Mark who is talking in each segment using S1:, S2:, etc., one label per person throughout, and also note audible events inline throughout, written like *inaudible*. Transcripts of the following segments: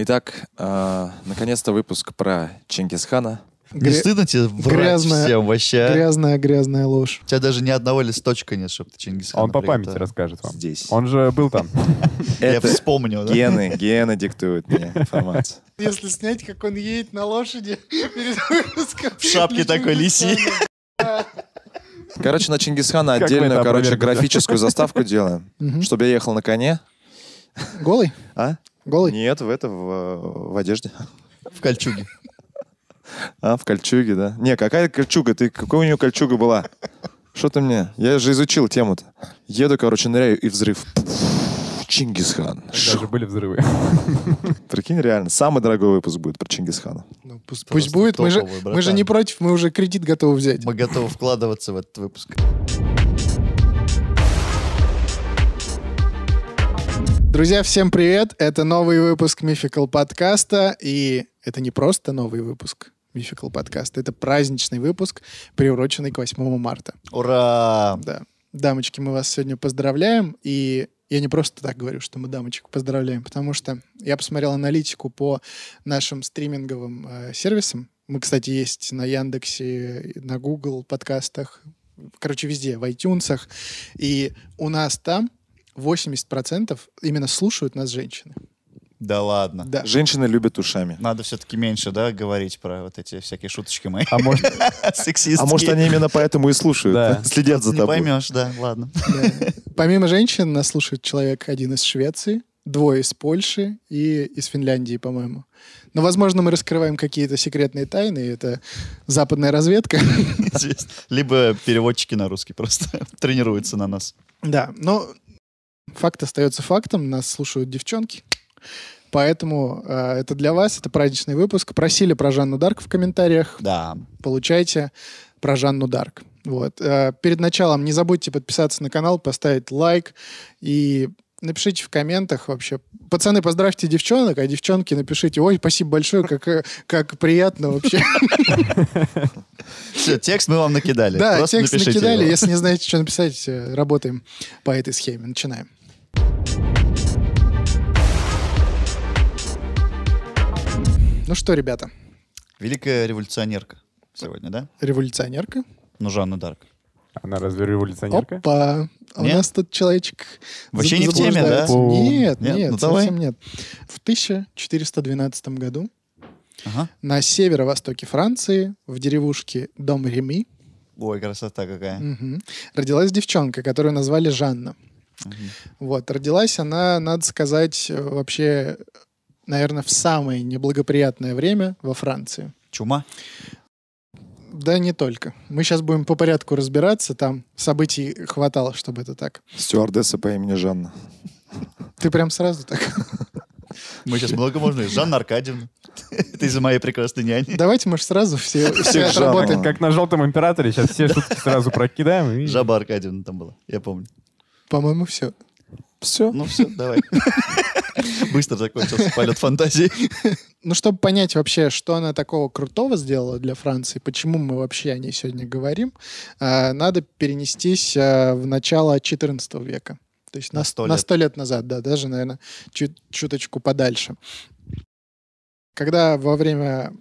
S1: Итак, э, наконец-то выпуск про Чингисхана.
S2: Не
S3: Гря-
S2: стыдно тебе врать
S3: грязная-
S2: всем вообще? а?
S3: Грязная, грязная ложь.
S2: У тебя даже ни одного листочка нет, чтобы ты Чингисхана
S4: А Он по
S2: приготовил.
S4: памяти расскажет вам.
S1: Здесь.
S4: Он же был
S2: *laughs*
S4: там.
S2: Я
S1: Это
S2: вспомнил, да?
S1: гены, гены диктуют мне информацию.
S3: Если снять, как он едет на лошади *laughs* перед выпуском.
S2: В шапке такой лиси.
S1: Короче, на Чингисхана
S4: Как мы
S1: отдельную,
S4: это
S1: короче,
S4: опровергли?
S1: графическую заставку делаем,
S3: Мгм.
S1: чтобы я ехал на коне.
S3: Голый?
S1: А?
S3: Голый?
S1: Нет, в это, в, в одежде. *laughs*
S2: В кольчуге.
S1: А, в кольчуге, да. Не, какая кольчуга? Ты, какой у нее кольчуга была? Что ты мне? Я же изучил тему-то. Еду, короче, ныряю, и взрыв. Чингисхан.
S4: Даже были взрывы.
S1: Прикинь, реально, самый дорогой выпуск будет про Чингисхана.
S3: Ну, пусть,
S2: Просто
S3: пусть будет. Мы же,
S2: топовый,
S3: мы же
S2: братан.
S3: не против, мы уже кредит готовы взять.
S2: Мы готовы вкладываться в этот выпуск.
S3: Друзья, всем привет. Это новый выпуск Мификал подкаста. И это не просто новый выпуск Мификал подкаста. Это праздничный выпуск, приуроченный к 8 марта.
S2: Ура!
S3: Да. Дамочки, мы вас сегодня поздравляем. И я не просто так говорю, что мы дамочек поздравляем, потому что я посмотрел аналитику по нашим стриминговым э, сервисам. Мы, кстати, есть на Яндексе, на Google подкастах, короче, везде, в iTunes. И у нас там 80% именно слушают нас женщины.
S2: Да ладно.
S3: Да.
S1: Женщины любят ушами.
S2: Надо все-таки меньше, да, говорить про вот эти всякие шуточки мои
S4: А может,
S2: сексистские.
S1: А может, они именно поэтому и слушают,
S4: Да.
S1: следят за
S2: не
S1: тобой.
S2: поймешь, да, ладно. *laughs*
S3: Да. Помимо женщин нас слушает человек один из Швеции, двое из Польши и из Финляндии, по-моему. Но, возможно, мы раскрываем какие-то секретные тайны, и это западная разведка. *laughs*
S2: Интересно. Либо переводчики на русский просто *laughs* тренируются на нас.
S3: Да, но факт остается фактом, нас слушают девчонки. Поэтому э, это для вас, это праздничный выпуск. Просили про Жанну Дарк в комментариях,
S2: Да.
S3: получайте про Жанну Дарк. Вот. Э, Перед началом не забудьте подписаться на канал, поставить лайк и напишите в комментах вообще. Пацаны, поздравьте девчонок, а девчонки напишите, ой, спасибо большое, как, э, как приятно
S2: *laughs*
S3: вообще.
S2: Все, текст мы вам накидали.
S3: Да,
S2: Просто
S3: текст
S2: напишите
S3: накидали,
S2: его.
S3: если не знаете, что написать, э, работаем по этой схеме. Начинаем. Ну что, ребята,
S2: Великая революционерка сегодня, да?
S3: революционерка.
S2: Ну, Жанна Дарк.
S4: она разве революционерка?
S3: Опа, а у
S2: Нет?
S3: нас тут человечек
S2: Вообще не в теме,
S3: заблуждается.
S4: да?
S3: Нет,
S2: Нет?
S3: нет,
S2: Ну, давай.
S3: совсем нет. В 1412 году
S2: Ага.
S3: на северо-востоке Франции, в деревушке Дом Реми,
S2: Ой, красота какая.
S3: мгм, родилась девчонка, которую назвали Жанна.
S2: Мгм.
S3: Вот, родилась она, надо сказать, э, вообще, наверное, в самое неблагоприятное время во Франции.
S2: Чума.
S3: Да не только. Мы сейчас будем по порядку разбираться, там событий хватало, чтобы это так.
S1: Стюардесса по имени Жанна.
S3: Ты прям сразу так. *laughs*
S2: Мы сейчас много можно. и Жанна Аркадьевна. *laughs* Ты из-за моей прекрасной няни.
S3: Давайте, может, сразу
S2: *laughs*
S3: все, все
S1: Всех Жанна.
S3: отработаем.
S4: Как на желтом императоре, сейчас все шутки сразу прокидаем. и-
S2: Жаба Аркадьевна там была, я помню.
S3: По-моему, все.
S1: Все.
S2: Ну все, *laughs* давай. Быстро закончился полет фантазии.
S3: Ну, чтобы понять вообще, что она такого крутого сделала для Франции, почему мы вообще о ней сегодня говорим, э, надо перенестись э, в начало XIV века. То есть на
S2: На
S3: с-
S2: 100
S3: на
S2: лет.
S3: 100 лет назад, да, даже, наверное, чуть, чуточку подальше. Когда во время...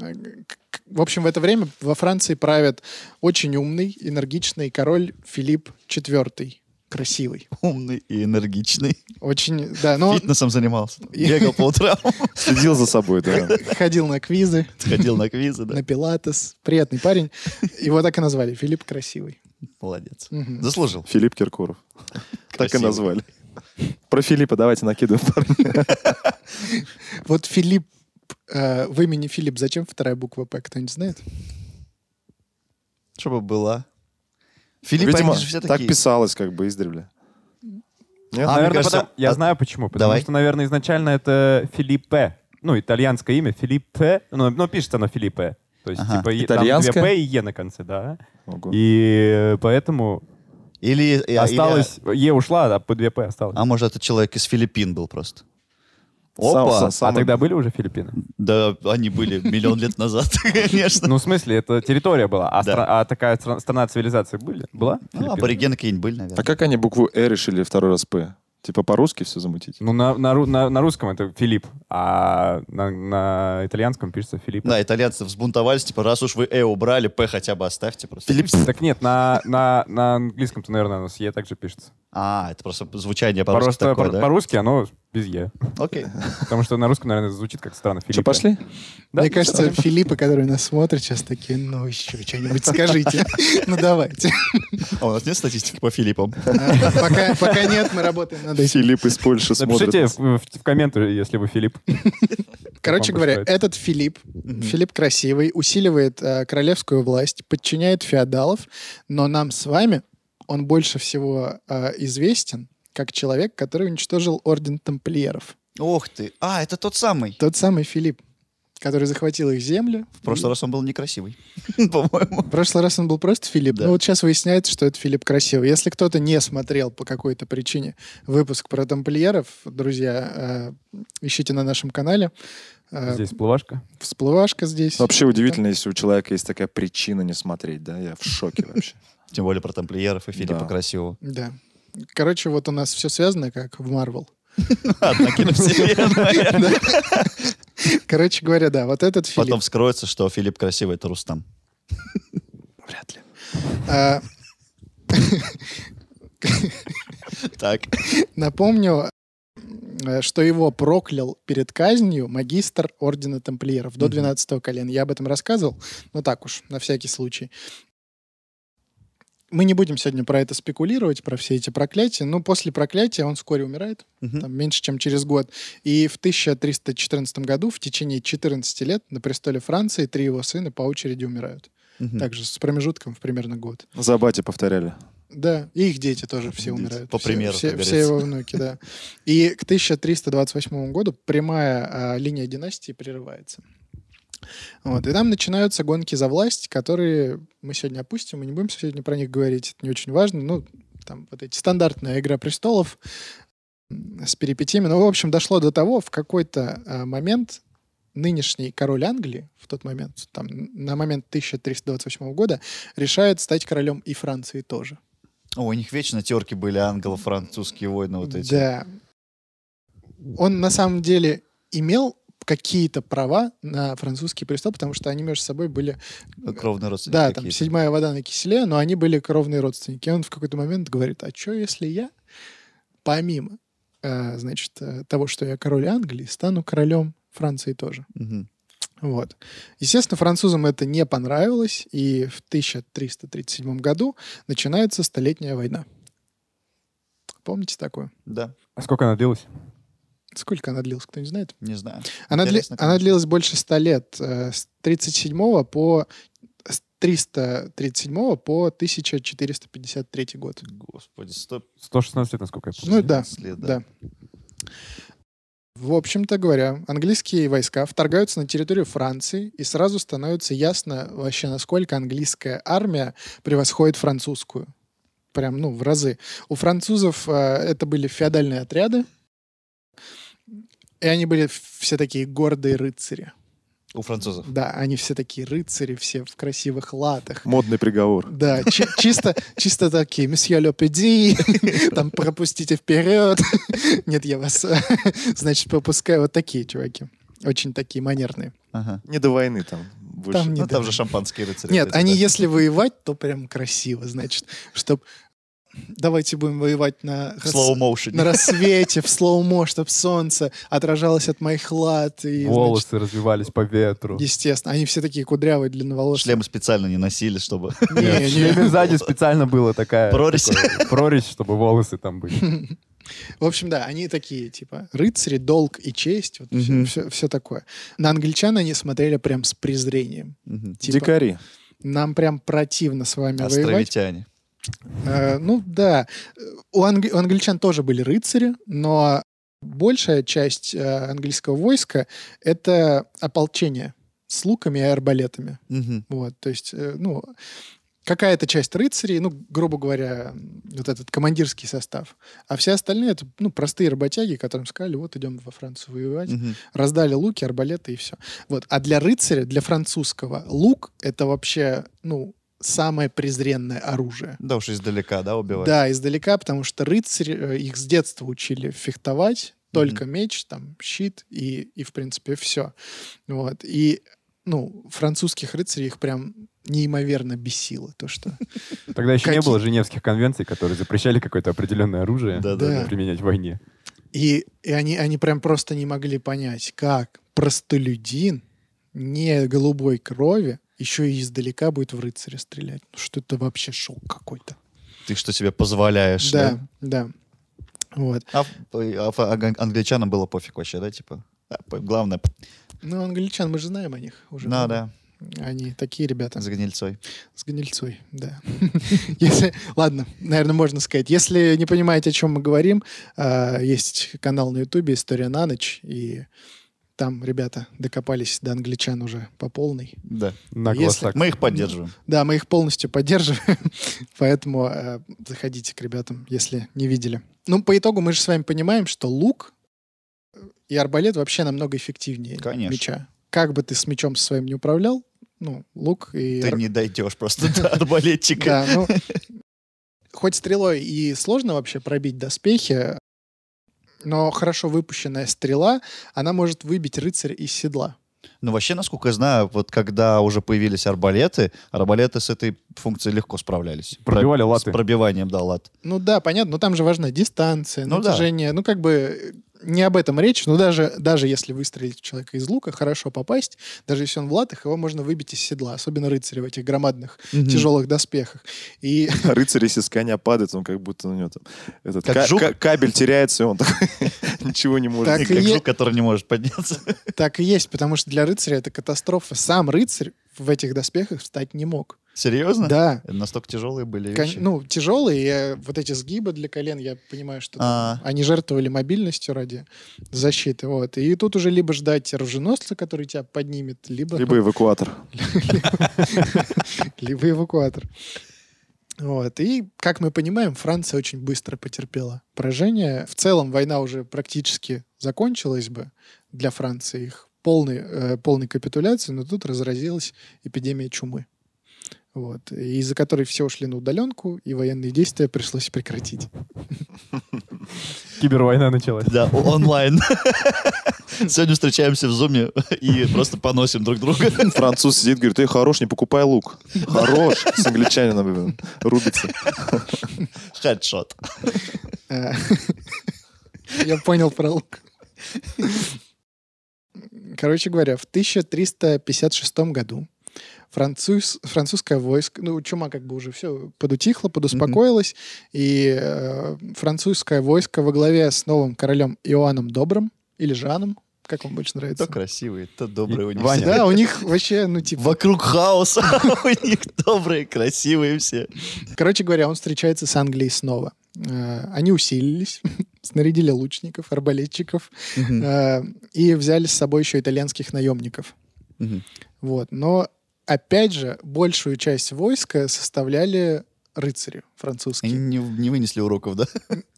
S3: э, к- к- В общем, в это время во Франции правит очень умный, энергичный король Филипп IV. Красивый.
S2: Умный и энергичный.
S3: Очень, да, но он
S2: Фитнесом занимался.
S3: И-
S2: Бегал
S3: *laughs*
S2: по утрам.
S1: Следил за собой, да.
S3: ходил на квизы,
S2: Ходил на квизы, да.
S3: на пилатес. Приятный парень. *laughs* Его так и назвали. Филипп Красивый.
S2: Молодец.
S3: Мгм.
S2: Заслужил.
S1: *laughs* Филипп Киркоров. Так и
S2: Красиво.
S1: назвали. Про Филиппа давайте *laughs* накидываем.
S3: Вот Филипп, э, в имени Филипп зачем вторая буква П? Кто-нибудь знает?
S2: Чтобы была. Филипп,
S1: Видимо,
S2: они же все
S1: так
S2: такие.
S1: писалось как бы издревле. Нет?
S2: А, мне
S4: Наверное,
S2: кажется,
S4: потому- Я
S2: а-
S4: знаю почему. Потому
S2: Давай.
S4: что, наверное, изначально это Филиппе. Ну, итальянское имя Филиппе. Ну, но пишется оно Филиппе. То есть,
S2: Ага.
S4: типа, и-
S1: Итальянское?
S4: там две П и Е на конце, да.
S1: Ого.
S4: И э, поэтому
S2: Или а, или-
S4: осталось... Е ушла, а по две П осталось.
S2: А может, это человек из Филиппин был просто.
S1: Сам-
S2: Опа!
S1: сам-
S4: А
S1: самый-
S4: тогда были уже Филиппины?
S2: Да, они были миллион лет назад, *laughs* конечно.
S4: *laughs* Ну, в смысле, это территория была. А,
S2: Да.
S4: стра- а такая стра- страна цивилизации были? Была?
S2: Ну,
S4: Филиппины?
S2: аборигены какие-нибудь были,
S1: А
S2: наверное.
S1: как они букву «Э» решили второй раз «П»? Типа по-русски все замутить.
S4: Ну, на, на, ру- на- на русском это Филипп, а на, на итальянском пишется Филипп.
S2: Да, итальянцы взбунтовались, типа, раз уж вы «э» убрали, «п» хотя бы оставьте просто.
S4: Так нет, на, на, на английском-то, наверное, оно с «е» также пишется.
S2: А, это просто звучание по-русски
S4: Просто
S2: такое,
S4: по-
S2: да?
S4: по-русски оно без «е».
S2: Окей.
S4: Потому что на русском, наверное, звучит как странно.
S1: Че,
S4: Филиппе.
S1: пошли?
S4: Да,
S3: Мне кажется, Филиппы, которые нас смотрят, сейчас такие, ну еще что-нибудь
S4: *laughs*
S3: скажите. Ну давайте.
S2: А у нас нет статистики по Филиппам?
S3: А, Пока пока нет, мы работаем над этим.
S1: Филипп из Польши смотрит.
S4: Напишите
S1: нас.
S4: в, в- в комменты, если вы Филипп.
S3: Короче
S4: Вам
S3: говоря,
S4: пристает.
S3: этот Филипп, Филипп красивый, усиливает э, королевскую власть, подчиняет феодалов, но нам с вами он больше всего э, известен как человек, который уничтожил орден тамплиеров.
S2: Ох ты. А, это тот самый.
S3: Тот самый Филипп, который захватил их земли.
S2: В прошлый раз он был некрасивый, *laughs* по-моему.
S3: В прошлый раз он был просто Филипп.
S2: Да.
S3: Ну вот сейчас выясняется, что это Филипп красивый. Если кто-то не смотрел по какой-то причине выпуск про тамплиеров, друзья, э, ищите на нашем канале. Э,
S4: Здесь плывашка.
S3: Всплывашка здесь.
S1: Вообще удивительно, если у человека есть такая причина не смотреть, да? Я в шоке
S4: *laughs*
S1: вообще.
S2: Тем более про тамплиеров и Филиппа
S1: Да.
S2: Красивого. *laughs*
S3: Да. Короче, вот у нас все связано, как в Марвел.
S2: Одна *laughs* киновселенная.
S3: Короче говоря, да, вот этот Филипп.
S2: Потом вскроется, что Филипп Красивый — это Рустам.
S3: Вряд ли. А,
S2: Так.
S3: напомню, э, что его проклял перед казнью магистр Ордена Тамплиеров до
S2: Мгм.
S3: 12 колена. Я об этом рассказывал, но так уж, на всякий случай. Мы не будем сегодня про это спекулировать, про все эти проклятия, но после проклятия он вскоре умирает.
S2: Мгм.
S3: там, меньше, чем через год. И в 1314 году, в течение 14 лет, на престоле Франции три его сына по очереди умирают.
S2: Мгм.
S3: Также с промежутком в примерно год.
S1: За батя повторяли.
S3: Да, и их дети тоже все
S2: Дети.
S3: умирают.
S2: По
S3: Все-
S2: примеру,
S3: Все,
S2: как
S3: все
S2: говорится.
S3: его внуки, да. И к 1328 году прямая а, линия династии прерывается. Вот. И там начинаются гонки за власть, которые мы сегодня опустим, мы не будем сегодня про них говорить, это не очень важно. Ну, там вот эти стандартная «Игра престолов» м, с перипетиями. Ну, в общем, дошло до того, в какой-то а, момент нынешний король Англии в тот момент, там, на момент 1328 года, решает стать королем и Франции тоже.
S2: О, у них вечно терки были англо-французские войны вот эти.
S3: Да. Он на самом деле имел какие-то права на французский престол, потому что они между собой были...
S2: Кровные родственники
S3: Да, там
S2: какие-то.
S3: седьмая вода на киселе, но они были кровные родственники. И он в какой-то момент говорит, а что, если я, помимо, э, значит, э, того, что я король Англии, стану королем Франции тоже?
S2: Мгм.
S3: Вот. Естественно, французам это не понравилось, и в 1337 году начинается Столетняя война. Помните такую?
S2: Да,
S4: А сколько она длилась?
S3: Сколько она длилась, кто не знает?
S2: не знаю.
S3: Она, дли-
S2: Интересно,
S3: она
S2: конечно.
S3: длилась больше 100 лет, э, с 37 по с 337 по 1453 год.
S2: Господи, стоп.
S4: 116 лет, насколько я помню.
S3: Ну да,
S2: 16 лет,
S3: да. В общем-то говоря, английские войска вторгаются на территорию Франции, и сразу становится ясно вообще, насколько английская армия превосходит французскую. Прям, ну, в разы. У французов э, это были феодальные отряды, и они были все такие гордые рыцари.
S2: У французов.
S3: Да, они все такие рыцари, все в красивых латах.
S1: Модный приговор.
S3: Да, чи- чисто, чисто такие, месье Лепеди, *laughs* там пропустите вперед. *laughs* Нет, я вас, *laughs* значит, пропускаю. Вот такие чуваки. Очень такие манерные.
S2: Ага.
S1: Не до войны там. больше.
S3: Там не
S2: Ну,
S3: до-
S2: там же шампанские рыцари.
S3: Нет,
S2: вот эти,
S3: они
S2: да.
S3: если воевать, то прям красиво, значит, чтоб давайте будем воевать на
S2: В
S3: рас-
S2: слоу-моушене.
S3: на рассвете, в слоумо, чтобы солнце отражалось от моих лад. И,
S4: Волосы развивались по ветру.
S3: значит, естественно. Они все такие кудрявые, длинноволосые.
S2: Шлемы специально не носили, чтобы...
S3: *laughs* Не,
S4: Нет, в
S3: не.
S4: шлеме сзади специально была такая...
S2: Прорезь.
S4: такой прорезь, чтобы волосы там были.
S3: В общем, да, они такие, типа, рыцари, долг и честь, вот
S2: Мгм.
S3: все, такое. На англичан они смотрели прям с презрением.
S2: Мгм.
S3: Типа,
S1: Дикари.
S3: нам прям противно с вами воевать.
S2: *laughs* Островитяне.
S3: Э, ну да, Э, у, англи- у англичан тоже были рыцари, но большая часть э, английского войска это ополчение с луками и арбалетами.
S2: Мгм.
S3: Вот, то есть, э, ну, какая-то часть рыцарей, ну, грубо говоря, м, вот этот командирский состав, а все остальные это, ну, простые работяги, которым сказали, вот идем во Францию воевать,
S2: Мгм.
S3: раздали луки, арбалеты и все. Вот, а для рыцаря, для французского лук это вообще, ну, самое презренное оружие.
S2: Да уж издалека, да, убивать?
S3: Да, издалека, потому что рыцарь, э, их с детства учили фехтовать, только меч, там, щит и, и, в принципе, все. Вот. И, ну, французских рыцарей их прям неимоверно бесило то,
S2: *laughs*
S3: что...
S4: Тогда еще не
S3: Какие?
S4: было Женевских конвенций, которые запрещали какое-то определенное оружие
S2: Да-да-да.
S4: применять в войне.
S3: И, и они, они прям просто не могли понять, как простолюдин, не голубой крови, еще и издалека будет в рыцаря стрелять. Ну, что это вообще шок какой-то.
S2: Ты что себе позволяешь?
S3: Да, да. Вот.
S2: А, ф- а ф- а- англичанам было пофиг вообще, да, типа? Да, п- Главное, п-
S3: Ну, англичан, мы же знаем о них уже.
S2: да, да,
S3: Они такие ребята.
S2: с гнильцой.
S3: С гнильцой, да. *laughs* Если, ладно, наверное, можно сказать. Если не понимаете, о чем мы говорим, а, есть канал на Ютубе «История на ночь», и там ребята докопались до англичан уже по полной.
S2: Да.
S4: На
S3: Если-
S4: глазах.
S2: Мы их поддерживаем.
S3: Да, мы их полностью поддерживаем, *laughs* поэтому э, заходите к ребятам, если не видели. Ну, по итогу мы же с вами понимаем, что лук э, и арбалет вообще намного эффективнее
S2: Конечно.
S3: меча. Как бы ты с мечом своим не управлял, ну, лук и...
S2: Ты
S3: ар-
S2: не дойдешь просто
S3: *laughs*
S2: до арбалетчика.
S3: Да,
S2: *laughs*
S3: ну, хоть стрелой и сложно вообще пробить доспехи, но хорошо выпущенная стрела, она может выбить рыцаря из седла.
S2: Ну, вообще, насколько я знаю, вот когда уже появились арбалеты, арбалеты с этой функцией легко справлялись.
S4: Пробивали
S2: Про-
S4: латы.
S2: С пробиванием, да, лад.
S3: Ну да, понятно, но там же важна дистанция,
S2: Ну да.
S3: натяжение. Ну как бы э, не об этом речь, но даже, даже если выстрелить в человека из лука, хорошо попасть, даже если он в латах, его можно выбить из седла, особенно рыцаря в этих громадных тяжелых доспехах. И *laughs*
S1: *laughs* Рыцарь, если с коня падает, он как будто у него там этот
S2: Как
S1: ка-
S2: жук?
S1: ка- кабель теряется, и он такой *laughs* ничего не может.
S3: Так
S2: Как
S3: и е-
S2: жук, который не может подняться. *laughs*
S3: так и есть, потому что для рыцаря это катастрофа. Сам рыцарь в этих доспехах встать не мог.
S2: Серьезно?
S3: Да.
S2: Настолько тяжелые были
S3: Кон-
S2: вещи.
S3: ну, тяжелые, я- вот эти сгибы для колен, я понимаю, что там
S2: А.
S3: они жертвовали мобильностью ради защиты, вот. И тут уже либо ждать оруженосца, который тебя поднимет, либо,
S1: Либо эвакуатор.
S3: *laughs* либо эвакуатор. Вот. И, как мы понимаем, Франция очень быстро потерпела поражение. В целом война уже практически закончилась бы для Франции, их полной, э, полной капитуляции, но тут разразилась эпидемия чумы. Вот. и Из-за которой все ушли на удаленку, и военные действия пришлось прекратить.
S4: Кибервойна началась.
S2: Да, о- онлайн. *laughs* Сегодня встречаемся в зуме и просто поносим друг друга. *laughs*
S1: Француз сидит, говорит, ты хорош, не покупай лук. Хорош, с англичанином блин, рубится.
S2: Хедшот.
S3: *laughs* Э, Я понял про лук. Короче говоря, в 1356 году француз, французское войско, ну, чума как бы уже все подутихла, подуспокоилась, и э, французское войско во главе с новым королем Иоанном Добрым, или Жаном, как вам больше нравится.
S2: То красивый, то добрый у них.
S4: Ваня.
S2: все.
S3: Да, у них вообще, ну,
S2: *laughs*
S3: типа,
S2: Вокруг хаоса у них добрые, красивые все.
S3: Короче говоря, он встречается с Англией снова. Э, Они усилились, *laughs* снарядили лучников, арбалетчиков
S2: Мгм.
S3: э, и взяли с собой еще итальянских наемников.
S2: Мгм.
S3: Вот. Но, опять же, большую часть войска составляли рыцари
S2: Они
S3: французские.
S2: не, не вынесли уроков, да?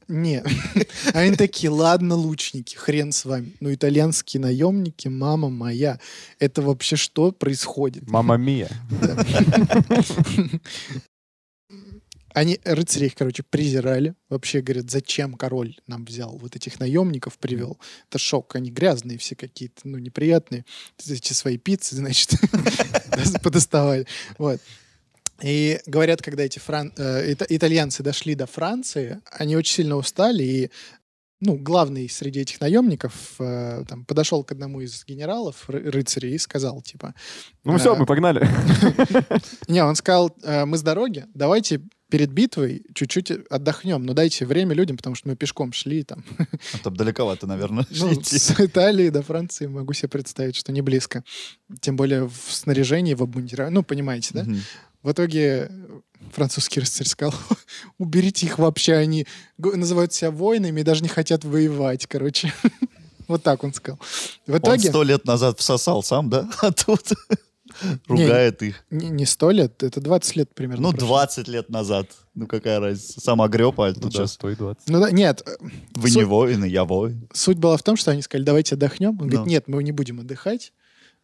S3: Нет. *laughs* Они такие, ладно, лучники, хрен с вами. Но итальянские наемники, мама моя, это вообще что происходит?
S4: Мама Мия.
S3: Они рыцарей, короче, презирали. Вообще говорят, зачем король нам взял вот этих наемников, привел. Это шок, они грязные все какие-то, ну, неприятные. Эти свои пиццы, *laughs* значит, подоставали. Вот. И говорят, когда эти фран- э, ита- итальянцы дошли до Франции, они очень сильно устали, и ну, главный среди этих наемников э, там, подошел к одному из генералов, ры- рыцарей, и сказал, типа,
S4: Ну все,
S3: Да.
S4: мы погнали.
S3: не, он сказал, «Э, мы с дороги, давайте перед битвой чуть-чуть отдохнем, но дайте время людям, потому что мы пешком шли
S2: *laughs*
S3: там.
S2: А Там далековато, наверное,
S3: Ну,
S2: *laughs* идти.
S3: с Италии до Франции могу себе представить, что не близко. Тем более в снаряжении, в обмундировании. Ну, понимаете, да?
S2: Мгм.
S3: В итоге э, французский рыцарь сказал, *laughs* уберите их вообще, они г- называют себя воинами и даже не хотят воевать, короче. *laughs* Вот так он сказал. В
S2: Он
S3: итоге...
S2: сто лет назад всосал сам, да? *laughs* А тут ругает их.
S3: Не не сто лет, это 20 лет примерно.
S2: Ну,
S3: прошло.
S2: 20 лет назад. Ну, какая разница? Сам огреб, а
S4: Ну
S2: тут
S4: сейчас
S2: сейчас
S4: 120.
S3: Ну да, нет, э,
S2: вы не воины, я воин.
S3: Суть была в том, что они сказали, давайте отдохнем. Он
S2: Ну.
S3: говорит, нет, мы не будем отдыхать,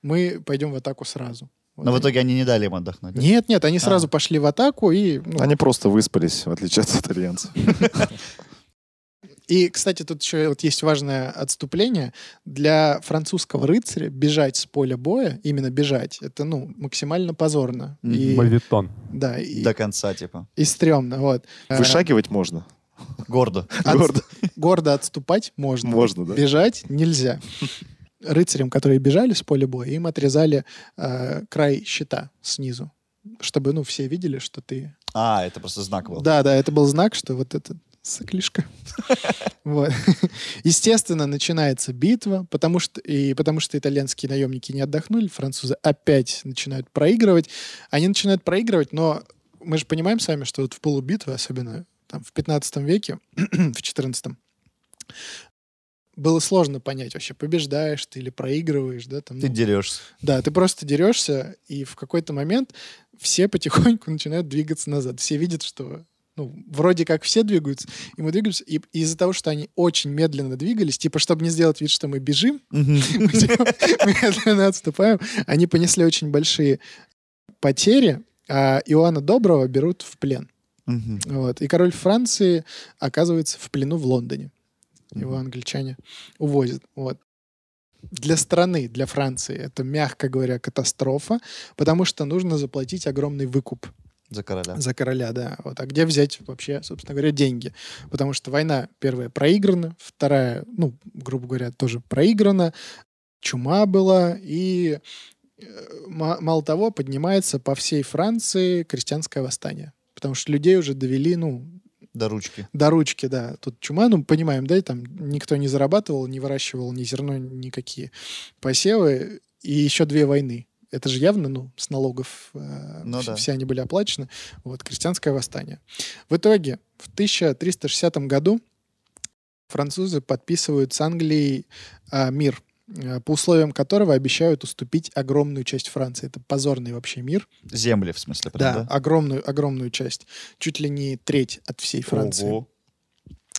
S3: мы пойдем в атаку сразу. Вот
S2: Но в
S3: они-
S2: итоге А. они не дали им отдохнуть. да?
S3: Нет, нет, они сразу пошли в атаку и... ну,
S2: А
S1: Они просто выспались, в отличие от итальянцев.
S3: И, кстати, тут еще вот есть важное отступление. Для французского рыцаря бежать с поля боя, именно бежать, это, ну, максимально позорно.
S2: Мгм.
S3: И,
S4: Мавитон.
S3: да, и,
S2: До конца, типа.
S3: и стрёмно, вот. Э,
S1: Вышагивать можно.
S2: Гордо.
S3: от-
S1: Гордо.
S3: гордо отступать можно.
S1: Можно, да.
S3: Бежать нельзя. Рыцарям, которые бежали с поля боя, им отрезали э, край щита снизу, чтобы, ну, все видели, что ты...
S2: А, это просто знак был.
S3: Да, да, это был знак, что вот это
S2: *laughs*
S3: соклишка. Вот. Естественно, начинается битва, потому что, и потому что итальянские наемники не отдохнули, французы опять начинают проигрывать. Они начинают проигрывать, но мы же понимаем сами, что вот в полубитвы, особенно там, в 15 веке, *clears throat* в 14 было сложно понять вообще, побеждаешь ты или проигрываешь, да, там,
S2: Ты
S3: ну,
S2: дерешься.
S3: да, ты просто дерешься, и в какой-то момент все потихоньку *laughs* начинают двигаться назад. Все видят, что ну, вроде как все двигаются, и мы двигаемся. И, и из-за того, что они очень медленно двигались, типа, чтобы не сделать вид, что мы бежим, *laughs* мы медленно отступаем, они понесли очень большие потери, а Иоанна Доброго берут в плен.
S2: *laughs* Мгм.
S3: Вот. И король Франции оказывается в плену в Лондоне. Его англичане увозят. Вот. Для страны, для Франции это, мягко говоря, катастрофа, потому что нужно заплатить огромный выкуп
S2: За короля.
S3: за короля, да. Вот. А где взять вообще, собственно говоря, деньги? Потому что война, первая, проиграна, вторая, ну, грубо говоря, тоже проиграна, чума была, и э, ма- мало того, поднимается по всей Франции крестьянское восстание. Потому что людей уже довели, ну,
S2: До ручки.
S3: до ручки, да. Тут чума, ну, понимаем, да, и там никто не зарабатывал, не выращивал ни зерно, никакие посевы. И еще две войны. Это же явно, ну, с налогов э,
S2: Ну
S3: вс-
S2: да.
S3: все они были оплачены. Вот, крестьянское восстание. В итоге, в 1360 году французы подписывают с Англией а, мир, э, по условиям которого обещают уступить огромную часть Франции. Это позорный вообще мир.
S2: Земли, в смысле, прям,
S3: Да,
S2: да?
S3: огромную, огромную часть. Чуть ли не треть от всей Франции.
S2: Ого.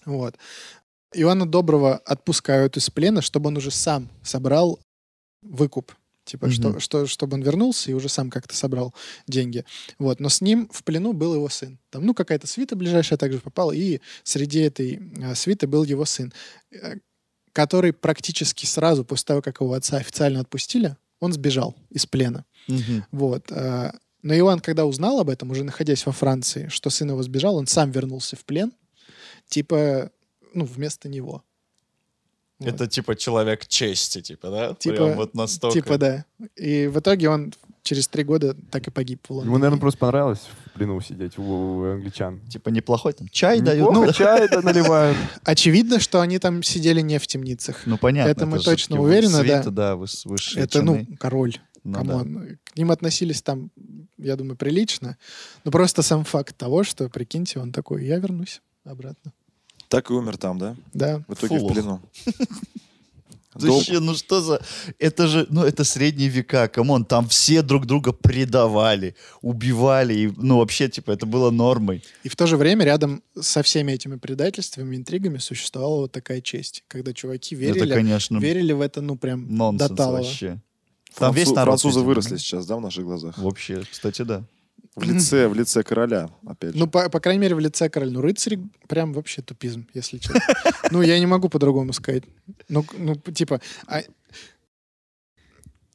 S3: Вот. Иоанна Доброго отпускают из плена, чтобы он уже сам собрал выкуп. Типа,
S2: Мгм.
S3: что, что, чтобы он вернулся и уже сам как-то собрал деньги. Вот. Но с ним в плену был его сын. Там, ну, какая-то свита ближайшая также попала, и среди этой э, свиты был его сын, э, который практически сразу после того, как его отца официально отпустили, он сбежал из плена.
S2: Мгм.
S3: Вот. э, Но Иоанн, когда узнал об этом, уже находясь во Франции, что сын его сбежал, он сам вернулся в плен, типа, ну, вместо него. Вот.
S5: Это типа человек чести, типа, да?
S3: Типа-
S5: Прям вот настолько.
S3: Типа, да. И в итоге он через три года так и погиб в
S4: Ему,
S3: Лондоне.
S4: наверное, просто понравилось в плену сидеть у, у англичан.
S2: Типа неплохой там. Чай дают.
S4: Неплохо,
S2: Ну,
S4: чай да, наливают.
S3: Очевидно, что они там сидели не в темницах.
S2: ну, понятно.
S3: Это мы
S2: же
S3: точно
S2: его
S3: уверены,
S2: свита,
S3: да.
S2: да, выс- высшие
S3: Это, ну,
S2: чины.
S3: король.
S2: Ну да.
S3: камон. К ним относились там, я думаю, прилично. Но просто сам факт того, что, прикиньте, он такой, я вернусь обратно.
S1: Так и умер там, да?
S3: Да.
S1: В итоге
S2: Фу,
S1: в
S2: лох.
S1: плену. Дол-
S2: Слушай, ну что за... Это же, ну это средние века, камон, там все друг друга предавали, убивали, и, ну вообще, типа, это было нормой.
S3: И в то же время рядом со всеми этими предательствами, интригами существовала вот такая честь, когда чуваки верили,
S2: это, конечно,
S3: верили в это, ну, прям
S2: нонсенс
S3: до талого.
S2: вообще. Там
S1: Францу-
S2: весь народ,
S1: Французы
S2: видимо,
S1: выросли
S2: да?
S1: сейчас, да, в наших глазах?
S2: Вообще, кстати, да.
S1: В лице, в лице короля, опять
S3: Ну,
S1: же.
S3: по, по крайней мере, в лице короля. Ну, рыцарь прям вообще тупизм, если честно.
S2: *laughs*
S3: Ну, я не могу по-другому сказать. Ну, к- ну, типа, а-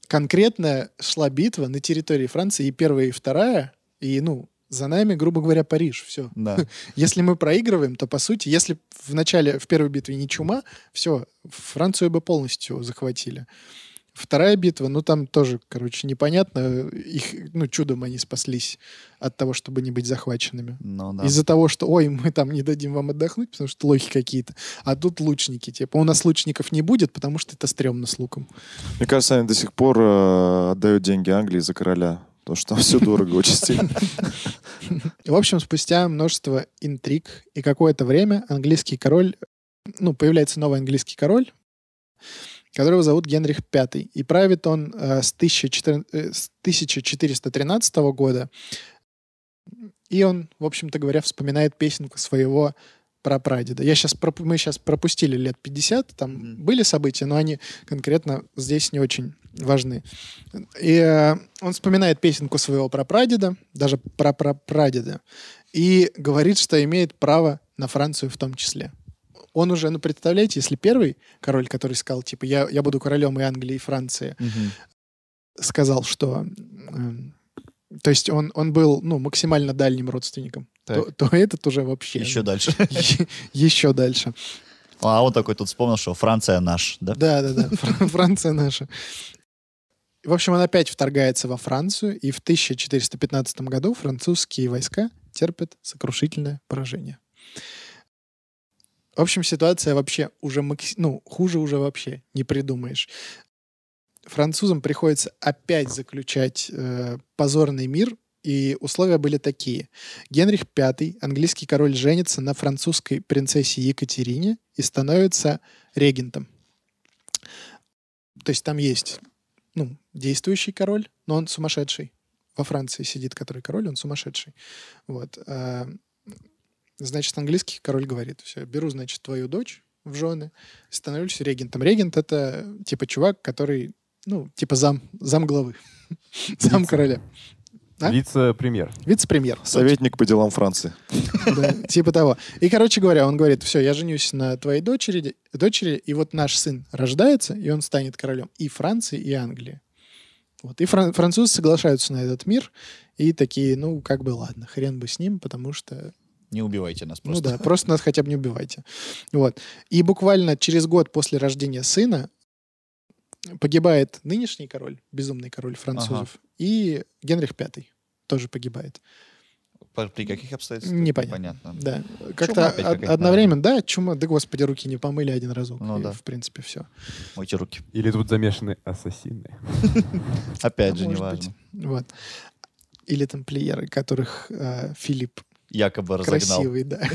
S3: конкретно шла битва на территории Франции, и первая, и вторая, и, ну, за нами, грубо говоря, Париж, все.
S2: Да.
S3: Если мы проигрываем, то, по сути, если б в начале, в первой битве не чума, все, Францию бы полностью захватили. Вторая битва, ну там тоже, короче, непонятно. Их, ну, чудом они спаслись от того, чтобы не быть захваченными.
S2: Ну да.
S3: Из-за того, что, ой, мы там не дадим вам отдохнуть, потому что лохи какие-то. А тут лучники, типа, у нас лучников не будет, потому что это стрёмно с луком.
S1: Мне кажется, они до сих пор э, отдают деньги Англии за короля. Потому что там все дорого, очень
S3: *laughs*
S1: сильно.
S3: И, в общем, спустя множество интриг и какое-то время английский король, ну, появляется новый английский король, которого зовут Генрих V. И правит он э, с, 1400 э, с 1413 года. И он, в общем-то говоря, вспоминает песенку своего прапрадеда. Я сейчас мы сейчас пропустили лет 50, там
S2: Мгм.
S3: были события, но они конкретно здесь не очень важны. И э, он вспоминает песенку своего прапрадеда, даже прапрапрадеда, и говорит, что имеет право на Францию в том числе. Он уже, ну, представляете, если первый король, который сказал, типа, я, я буду королем и Англии, и Франции, сказал, что... эм, то есть он, он был, ну, максимально дальним родственником. То,
S2: Так.
S3: то этот уже вообще... *laughs*
S2: Еще дальше.
S3: Еще дальше.
S2: А он такой тут вспомнил, что Франция наш, да?
S3: Да, да, да. Фран- Франция наша. В общем, он опять вторгается во Францию, и в 1415 году французские войска терпят сокрушительное поражение. В общем, ситуация вообще уже макс- ну, хуже уже вообще не придумаешь. Французам приходится опять заключать э, позорный мир, и условия были такие. Генрих V, английский король, женится на французской принцессе Екатерине и становится регентом. То есть там есть ну, действующий король, но он сумасшедший. Во Франции сидит который король, он сумасшедший. Вот. а, Значит, английский король говорит, все, беру, значит, твою дочь в жены, становлюсь регентом. Регент — это типа чувак, который, ну, типа зам, зам главы, *laughs* зам короля. А?
S4: Вице-премьер.
S3: Вице-премьер.
S1: Советник по делам Франции.
S3: Да, типа того. И, короче говоря, он говорит, все, я женюсь на твоей дочери, дочери, и вот наш сын рождается, и он станет королем и Франции, и Англии. Вот. И фран- французы соглашаются на этот мир, и такие, ну, как бы ладно, хрен бы с ним, потому что,
S2: Не убивайте нас просто.
S3: ну да, просто нас хотя бы не убивайте. Вот. И буквально через год после рождения сына погибает нынешний король, безумный король французов, и Генрих V тоже погибает.
S2: По- При каких обстоятельствах?
S3: Непонятно.
S2: Понятно.
S3: Да, как-то
S2: опять
S3: од-
S2: какая-то,
S3: одновременно, да, чума, да господи, руки не помыли один разок,
S2: Ну
S3: и,
S2: да.
S3: в принципе, все.
S2: Мойте руки.
S4: Или тут замешаны ассасины.
S2: Опять же,
S3: А Может быть.
S2: неважно.
S3: Вот. Или тамплиеры, которых э, Филипп
S2: Якобы разогнал.
S3: красивый, да.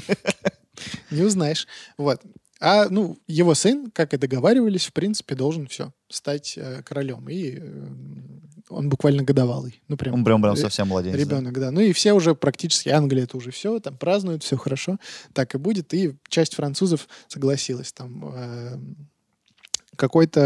S3: *laughs* Не узнаешь. Вот. А, ну, его сын, как и договаривались, в принципе, должен все, стать э, королем. И э, он буквально годовалый. Ну, прям.
S2: Он прям, прям
S3: Ре-
S2: совсем младенец. да.
S3: Ребенок, да. Ну и все уже практически, Англия это уже все, там празднуют, все хорошо, так и будет. И часть французов согласилась. Там э, какой-то,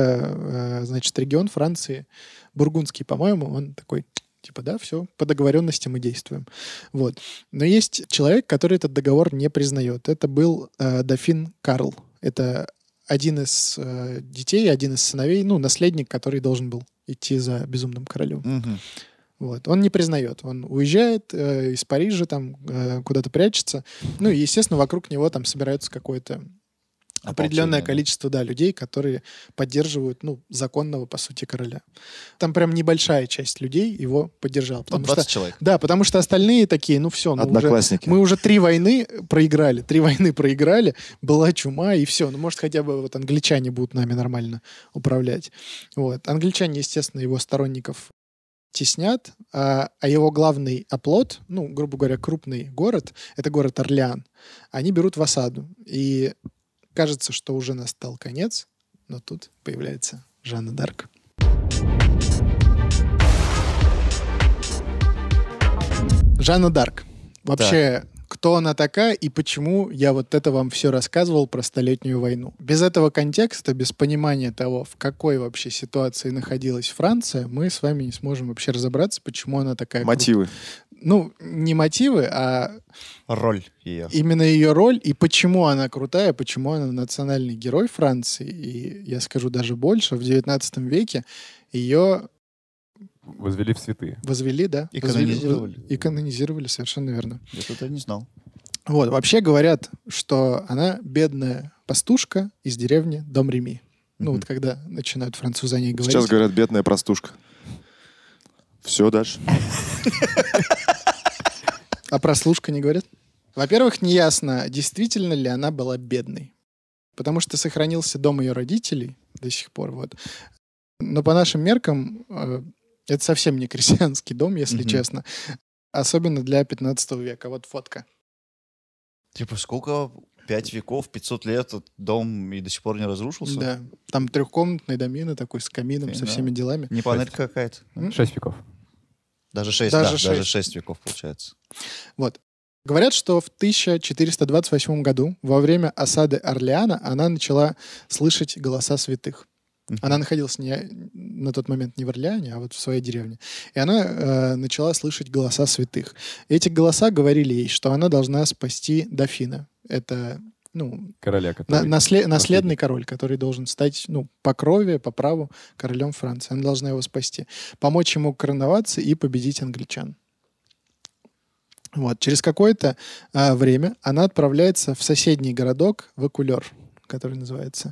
S3: э, значит, регион Франции, бургундский, по-моему, он такой, типа, да, все, по договоренности мы действуем. Вот. Но есть человек, который этот договор не признает. Это был э, дофин Карл. Это один из э, детей, один из сыновей, ну, наследник, который должен был идти за безумным королем.
S2: Мгм.
S3: Вот. Он не признает. Он уезжает э, из Парижа, там э, куда-то прячется. Ну и, естественно, вокруг него там собираются какое-то определенное
S2: Ополчение, да.
S3: количество да, людей, которые поддерживают ну, законного, по сути, короля. Там прям небольшая часть людей его поддержала.
S2: Ну,
S3: Потому
S2: 20
S3: что,
S2: человек.
S3: да, потому что остальные такие, ну все, ну, уже,
S1: Одноклассники.
S3: мы уже три войны проиграли, три войны проиграли, была чума и все. Ну, может, хотя бы вот англичане будут нами нормально управлять. Вот. Англичане, естественно, его сторонников теснят, а, а его главный оплот, ну, грубо говоря, крупный город, это город Орлеан, они берут в осаду. И кажется, что уже настал конец, но тут появляется Жанна Дарк. Жанна Дарк. Вообще, кто она такая и почему я вот это вам все рассказывал про Столетнюю войну? Без этого контекста, без понимания того, в какой вообще ситуации находилась Франция, мы с вами не сможем вообще разобраться, почему она такая... крут-
S1: Мотивы.
S3: Ну, не мотивы, а
S2: Роль ее.
S3: именно ее роль и почему она крутая, почему она национальный герой Франции. И я скажу даже больше, в 19 веке ее
S4: Возвели в святые.
S3: возвели, да?
S2: И
S3: возвели-
S2: канонизировали.
S3: И канонизировали, совершенно верно.
S2: Я тут и не знал.
S3: Вот, вообще говорят, что она бедная пастушка из деревни Дом Реми. Ну
S2: Мгм.
S3: вот когда начинают французы о ней говорить.
S1: Сейчас говорят, бедная простушка. Все, дальше.
S3: А прослушка не говорят? Во-первых, неясно, действительно ли она была бедной. Потому что сохранился дом ее родителей до сих пор. Вот. Но по нашим меркам э, это совсем не крестьянский дом, если
S2: Мгм.
S3: честно. Особенно для 15 века. Вот фотка.
S2: Типа, сколько? Пять веков, 500 лет, этот дом и до сих пор не разрушился?
S3: Да. Там трехкомнатный домины такой с камином, со
S2: Да.
S3: всеми делами.
S2: Не панелька какая-то?
S3: М?
S4: Шесть веков.
S2: Даже шесть,
S3: Даже
S2: да, даже
S3: шесть.
S2: шесть веков получается.
S3: Говорят, что в 1428 году во время осады Орлеана она начала слышать голоса святых. Она находилась не, на тот момент не в Орлеане, а вот в своей деревне. И она э, начала слышать голоса святых. Эти голоса говорили ей, что она должна спасти дофина. Это, ну,
S4: Короля,
S3: на-
S4: который...
S3: насле- наследный король, который должен стать, ну, по крови, по праву королем Франции. Она должна его спасти. Помочь ему короноваться и победить англичан. Вот. Через какое-то а, время она отправляется в соседний городок, в Экулер, который называется.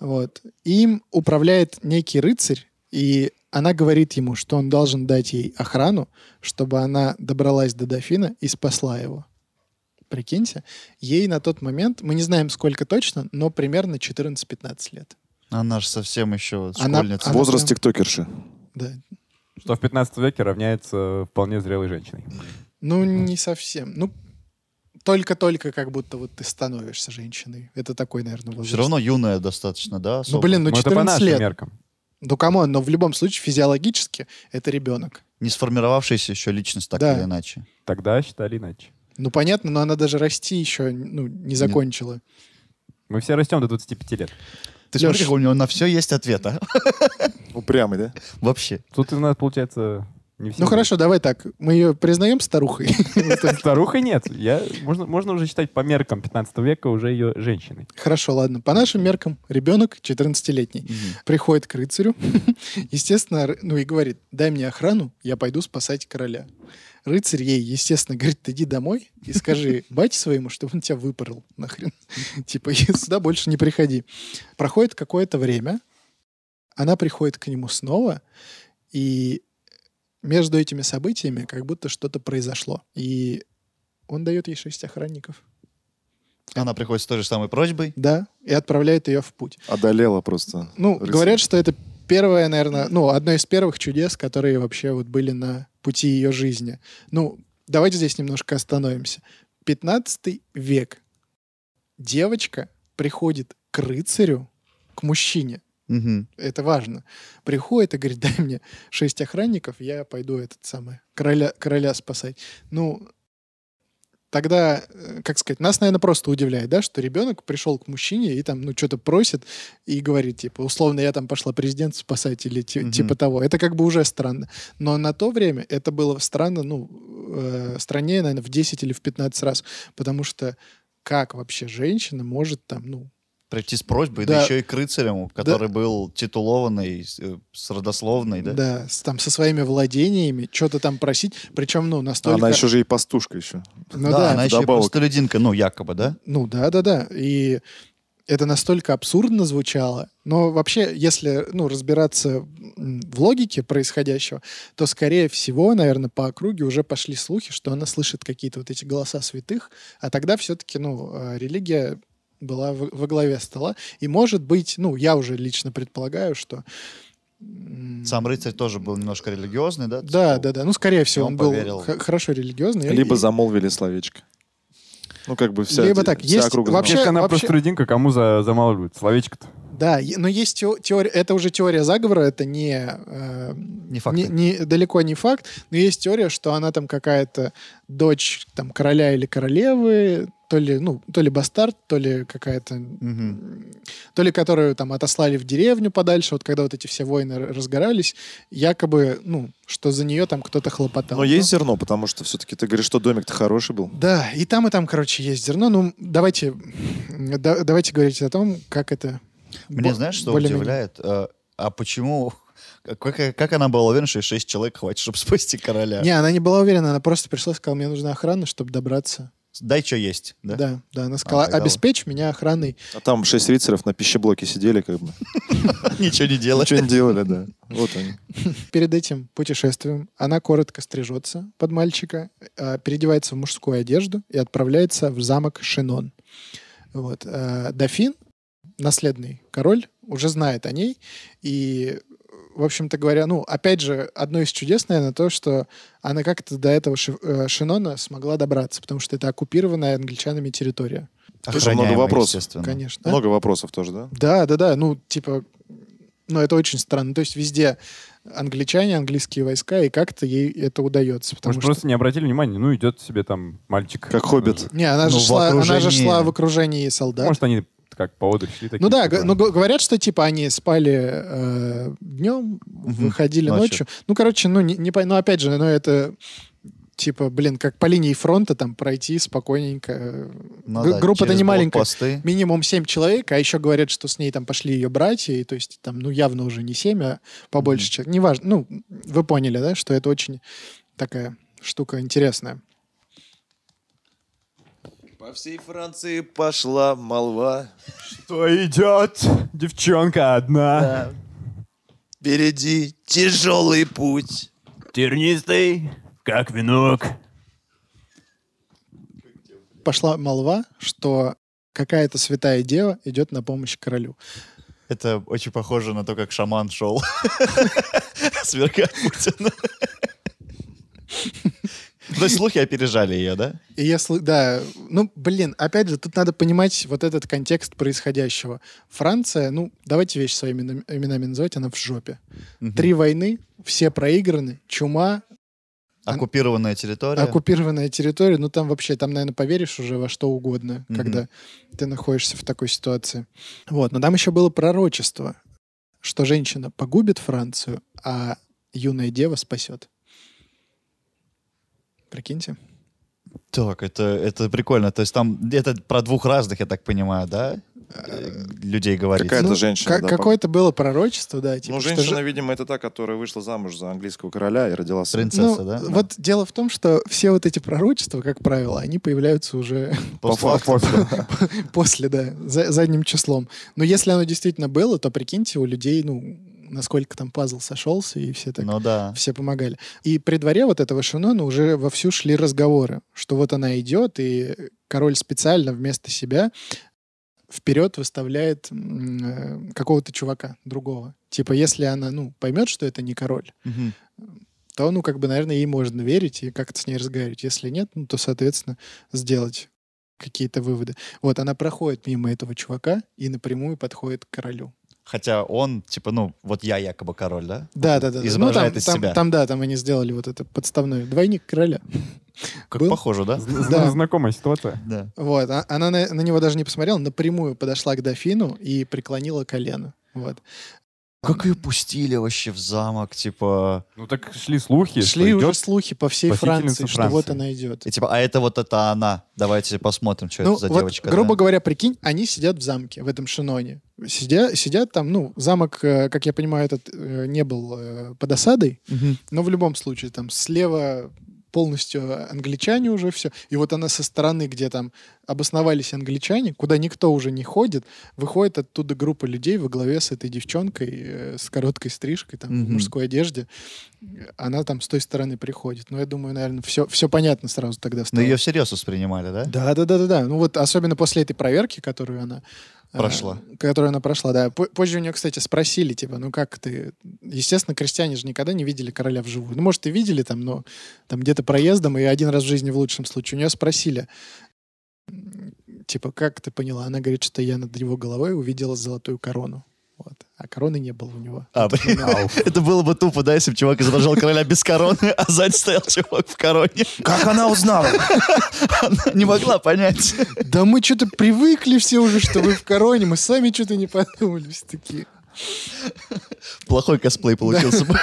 S3: Вот. Им управляет некий рыцарь, и она говорит ему, что он должен дать ей охрану, чтобы она добралась до дофина и спасла его. Прикиньте, ей на тот момент, мы не знаем сколько точно, но примерно 14-15 лет.
S2: Она же совсем еще
S3: Она-
S2: школьница.
S3: она-
S1: Возраст
S3: прям-
S1: тиктокерши.
S3: Да.
S4: Что в 15 веке равняется вполне зрелой женщиной.
S3: Ну, не совсем. Ну, только-только как будто вот ты становишься женщиной. Это такой, наверное, возраст.
S2: Все равно юная достаточно, да?
S3: Ну,
S2: особо?
S3: блин, ну
S4: Но это по
S3: 14
S4: нашим
S3: лет.
S4: меркам.
S3: Ну, камон, но в любом случае физиологически это ребенок.
S2: Не сформировавшаяся еще личность так
S3: Да.
S2: или иначе.
S4: Тогда считали иначе.
S3: Ну, понятно, но она даже расти еще ну, не закончила.
S4: Мы все растем до 25 лет.
S2: Ты
S3: Лёш.
S2: смотри, как у него на все есть
S3: *laughs*
S2: ответ, а?
S1: Упрямый, да?
S2: Вообще.
S4: Тут у нас, получается, не все.
S3: Ну хорошо, ну, давай так. Мы ее признаем старухой. *laughs*
S4: Старухой нет. Я, можно, можно уже считать по меркам 15 века уже ее женщиной.
S3: Хорошо, ладно. По нашим меркам, ребенок 14-летний приходит к рыцарю, *laughs* естественно, ры- ну и говорит, дай мне охрану, я пойду спасать короля. Рыцарь ей, естественно, говорит, иди домой и скажи бате своему, чтобы он тебя выпорол нахрен. *laughs* Типа, и сюда больше не приходи. Проходит какое-то время, она приходит к нему снова, и между этими событиями как будто что-то произошло. И он дает ей шесть охранников.
S2: Она приходит с той же самой просьбой.
S3: Да, и отправляет ее в путь.
S1: Одолела просто.
S3: Ну,
S1: Рыцарь.
S3: говорят, что это первое, наверное, ну, одно из первых чудес, которые вообще вот были на пути ее жизни. Ну, давайте здесь немножко остановимся. 15 век. Девочка приходит к рыцарю, к мужчине.
S2: Мгм.
S3: Это важно. Приходит и говорит, *laughs* дай мне шесть охранников, я пойду этот самый, короля, короля спасать. Ну, тогда, э, как сказать, нас, наверное, просто удивляет, да, что ребенок пришел к мужчине и там, ну, что-то просит и говорит, типа, условно, я там пошла президент спасать или ти-
S2: Мгм.
S3: типа того. Это как бы уже странно. Но на то время это было странно, ну, э, страннее, наверное, в 10 или в 15 раз, потому что как вообще женщина может там, ну,
S2: Прийти с просьбой,
S3: Да.
S2: да еще и к рыцарям, который был титулованный, с- э, с родословной, да?
S3: Да, с- там со своими владениями что-то там просить. Причем, ну, настолько...
S1: Она еще же и пастушка еще.
S3: Ну
S2: Да,
S3: да,
S2: она еще и
S1: вдобавок.
S2: простолюдинка, ну, якобы, да?
S3: ну да, да, да. И это настолько абсурдно звучало. Но вообще, если, ну, разбираться м, в логике происходящего, то, скорее всего, наверное, по округе уже пошли слухи, что она слышит какие-то вот эти голоса святых, а тогда все-таки, ну, э, религия была в- во главе стола. И, может быть, ну, я уже лично предполагаю, что... м,
S2: Сам рыцарь тоже был немножко религиозный, да? Типа,
S3: Да, да, да. Ну, скорее всего,
S2: он
S3: он, был
S2: поверил.
S3: х- хорошо религиозный.
S1: Либо
S3: И-
S1: замолвили словечко. Ну, как бы вся,
S3: Либо
S1: де-
S3: так,
S1: вся
S3: есть
S1: округа
S3: вообще-
S1: знала.
S4: Если она просто трудинка, кому за, замалывают? Словечко-то.
S3: Да, е- но есть тео- теория, это уже теория заговора, это не, э,
S2: Не факты.
S3: не- далеко не факт, но есть теория, что она там какая-то дочь там короля или королевы, то ли ну то ли бастард, то ли какая-то,
S2: Мгм.
S3: то ли которую там отослали в деревню подальше, вот когда вот эти все войны р- разгорались, якобы ну что за нее там кто-то хлопотал.
S1: Но есть зерно, потому что все-таки ты говоришь, что домик-то хороший был.
S3: Да, и там и там, короче, есть зерно. Ну давайте да- давайте говорить о том, как это.
S2: Мне
S3: бо-
S2: знаешь, что
S3: более-менее.
S2: удивляет? Э, А почему... *laughs* Как, как она была уверена, что ей шесть человек хватит, чтобы *laughs* спасти короля?
S3: Не, она не была уверена, она просто пришла и сказала, мне нужна охрана, чтобы добраться.
S2: Дай, что есть,
S3: Да,
S2: да? А,
S3: да, она сказала,
S2: тогда
S3: обеспечь меня охраной.
S1: А там шесть рыцарев на пищеблоке сидели, как
S3: *laughs*
S1: бы.
S2: *laughs* Ничего не делать.
S1: Ничего не делали, да. Вот они.
S3: Перед этим путешествием она коротко стрижется под мальчика, э, переодевается в мужскую одежду и отправляется в замок Шинон. Вот. э, Дофин, наследный король, уже знает о ней. И, в общем-то говоря, ну, опять же, одно из чудес, наверное, то, что она как-то до этого Ши- э, Шинона смогла добраться, потому что это оккупированная англичанами территория.
S2: *laughs*
S1: Слушай, много
S2: Охраняемый,
S1: вопросов.
S2: естественно.
S3: Конечно. А?
S1: Много вопросов тоже, да?
S3: Да, да, да. Ну, типа, ну, это очень странно. То есть везде англичане, английские войска, и как-то ей это удается. Потому
S4: Может,
S3: что...
S4: просто не обратили внимания. Ну, идет себе там мальчик.
S1: Как хоббит.
S3: Не, она,
S2: Ну,
S3: же
S2: в
S3: шла, она же
S2: окружении-
S3: шла в окружении солдат.
S4: Может, они как по оду шли такие.
S3: Ну да,
S4: типа,
S3: г- ну г- говорят, что типа они спали э, днем, выходили
S2: Ночью.
S3: ночью. Ну, короче, ну, не, не пой- ну, опять же, ну, это типа, блин, как по линии фронта там пройти спокойненько. э,
S2: Ну
S3: Г-
S2: да,
S3: Группа-то
S2: через
S3: не маленькая.
S2: блокпосты.
S3: Минимум семь человек, а еще говорят, что с ней там пошли ее братья, и то есть там, ну, явно уже не семь, а побольше
S2: Мгм.
S3: человек. Неважно, ну, вы поняли, да, что это очень такая штука интересная.
S1: По всей Франции пошла молва.
S4: Что идет? Девчонка одна.
S1: Впереди тяжелый путь.
S4: Тернистый, как венок.
S3: Пошла молва, что какая-то святая дева идет на помощь королю.
S2: Это очень похоже на то, как шаман шел. *laughs* Сверкать Путина. То есть слухи опережали ее, да?
S3: И я сл- да, ну, блин, опять же, тут надо понимать вот этот контекст происходящего. Франция, ну, давайте вещи своими нам- именами называть, она в жопе.
S2: Мгм.
S3: Три войны, все проиграны, чума,
S2: Оккупированная территория.
S3: оккупированная территория, ну, там вообще, там, наверное, поверишь уже во что угодно,
S2: Мгм.
S3: когда ты находишься в такой ситуации. Вот, но там еще было пророчество, что женщина погубит Францию, а юная дева спасет. Прикиньте.
S2: Так, это, это прикольно. То есть там это про двух разных, я так понимаю, да? э, Людей говорить.
S1: Какая-то женщина.
S3: Ну, ка-
S1: да,
S3: какое-то было пророчество, да. Типа,
S1: Ну,
S3: что
S1: женщина,
S3: же-
S1: видимо, это та, которая вышла замуж за английского короля и родила сына.
S2: Принцесса,
S3: Ну,
S2: да?
S3: Вот дело в том, что все вот эти пророчества, как правило, они появляются уже
S1: По факту.
S3: после, да, за- задним числом. Но если оно действительно было, то прикиньте, у людей, ну, насколько там пазл сошелся, и все так
S2: *laughs* Ну да.
S3: все помогали. И при дворе вот этого Шинона уже вовсю шли разговоры, что вот она идет, и король специально вместо себя вперед выставляет м, э, какого-то чувака другого. Типа, если она, ну, поймет, что это не король,
S2: Мгм.
S3: то, ну, как бы, наверное, ей можно верить и как-то с ней разговаривать. Если нет, ну, то, соответственно, сделать какие-то выводы. Вот, она проходит мимо этого чувака и напрямую подходит к королю.
S2: Хотя он, типа, ну, вот я якобы король, да?
S3: Да, да, да. да.
S2: Изображает
S3: там,
S2: из
S3: там-
S2: себя.
S3: там, да, там они сделали вот это подставной двойник короля.
S2: Как
S3: Был?
S2: похоже, да?
S3: Да.
S4: Знакомая ситуация.
S2: Да.
S3: Вот, а- она на, на него даже не посмотрела, напрямую подошла к дофину и преклонила колено. Вот.
S2: Как ее пустили вообще в замок, типа...
S4: Ну так шли слухи,
S3: Шли
S4: что
S3: уже
S4: идет.
S3: слухи по всей
S4: спасительница
S3: Франции, что
S4: Франции.
S3: вот она идет.
S2: И типа, а это вот это она. Давайте посмотрим, что
S3: Ну,
S2: это за
S3: вот,
S2: девочка. да?
S3: грубо говоря, прикинь, они сидят в замке, в этом шиноне. Сидя, сидят там, ну, замок, э, как я понимаю, этот э, не был э, под осадой,
S2: Мгм.
S3: но в любом случае там слева полностью англичане уже все. И вот она со стороны, где там обосновались англичане, куда никто уже не ходит, выходит оттуда группа людей во главе с этой девчонкой э, с короткой стрижкой, там, в
S2: Мгм.
S3: мужской одежде. Она там с той стороны приходит. Ну, я думаю, наверное, все, все понятно сразу тогда
S2: Но
S3: стало.
S2: ее всерьез Ну, воспринимали, да?
S3: Да, да, да, да, да. Ну вот особенно после этой проверки, которую она э,
S2: Прошла.
S3: которую она прошла, да. П- Позже у нее, кстати, спросили, типа, ну как ты... Естественно, крестьяне же никогда не видели короля вживую. Ну, может, и видели там, но там где-то проездом, и один раз в жизни в лучшем случае. У нее спросили, м, типа, как ты поняла? Она говорит, что я над его головой увидела золотую корону. Вот. А короны не было у него.
S2: А, *laughs* блин, это было бы тупо, да, если бы чувак изображал короля без короны, а сзади стоял чувак в короне.
S1: Как она узнала?
S2: *laughs* Она не могла понять.
S3: Да мы что-то привыкли все уже, что вы в короне, мы сами что-то не подумали. Все такие.
S2: Плохой косплей получился бы.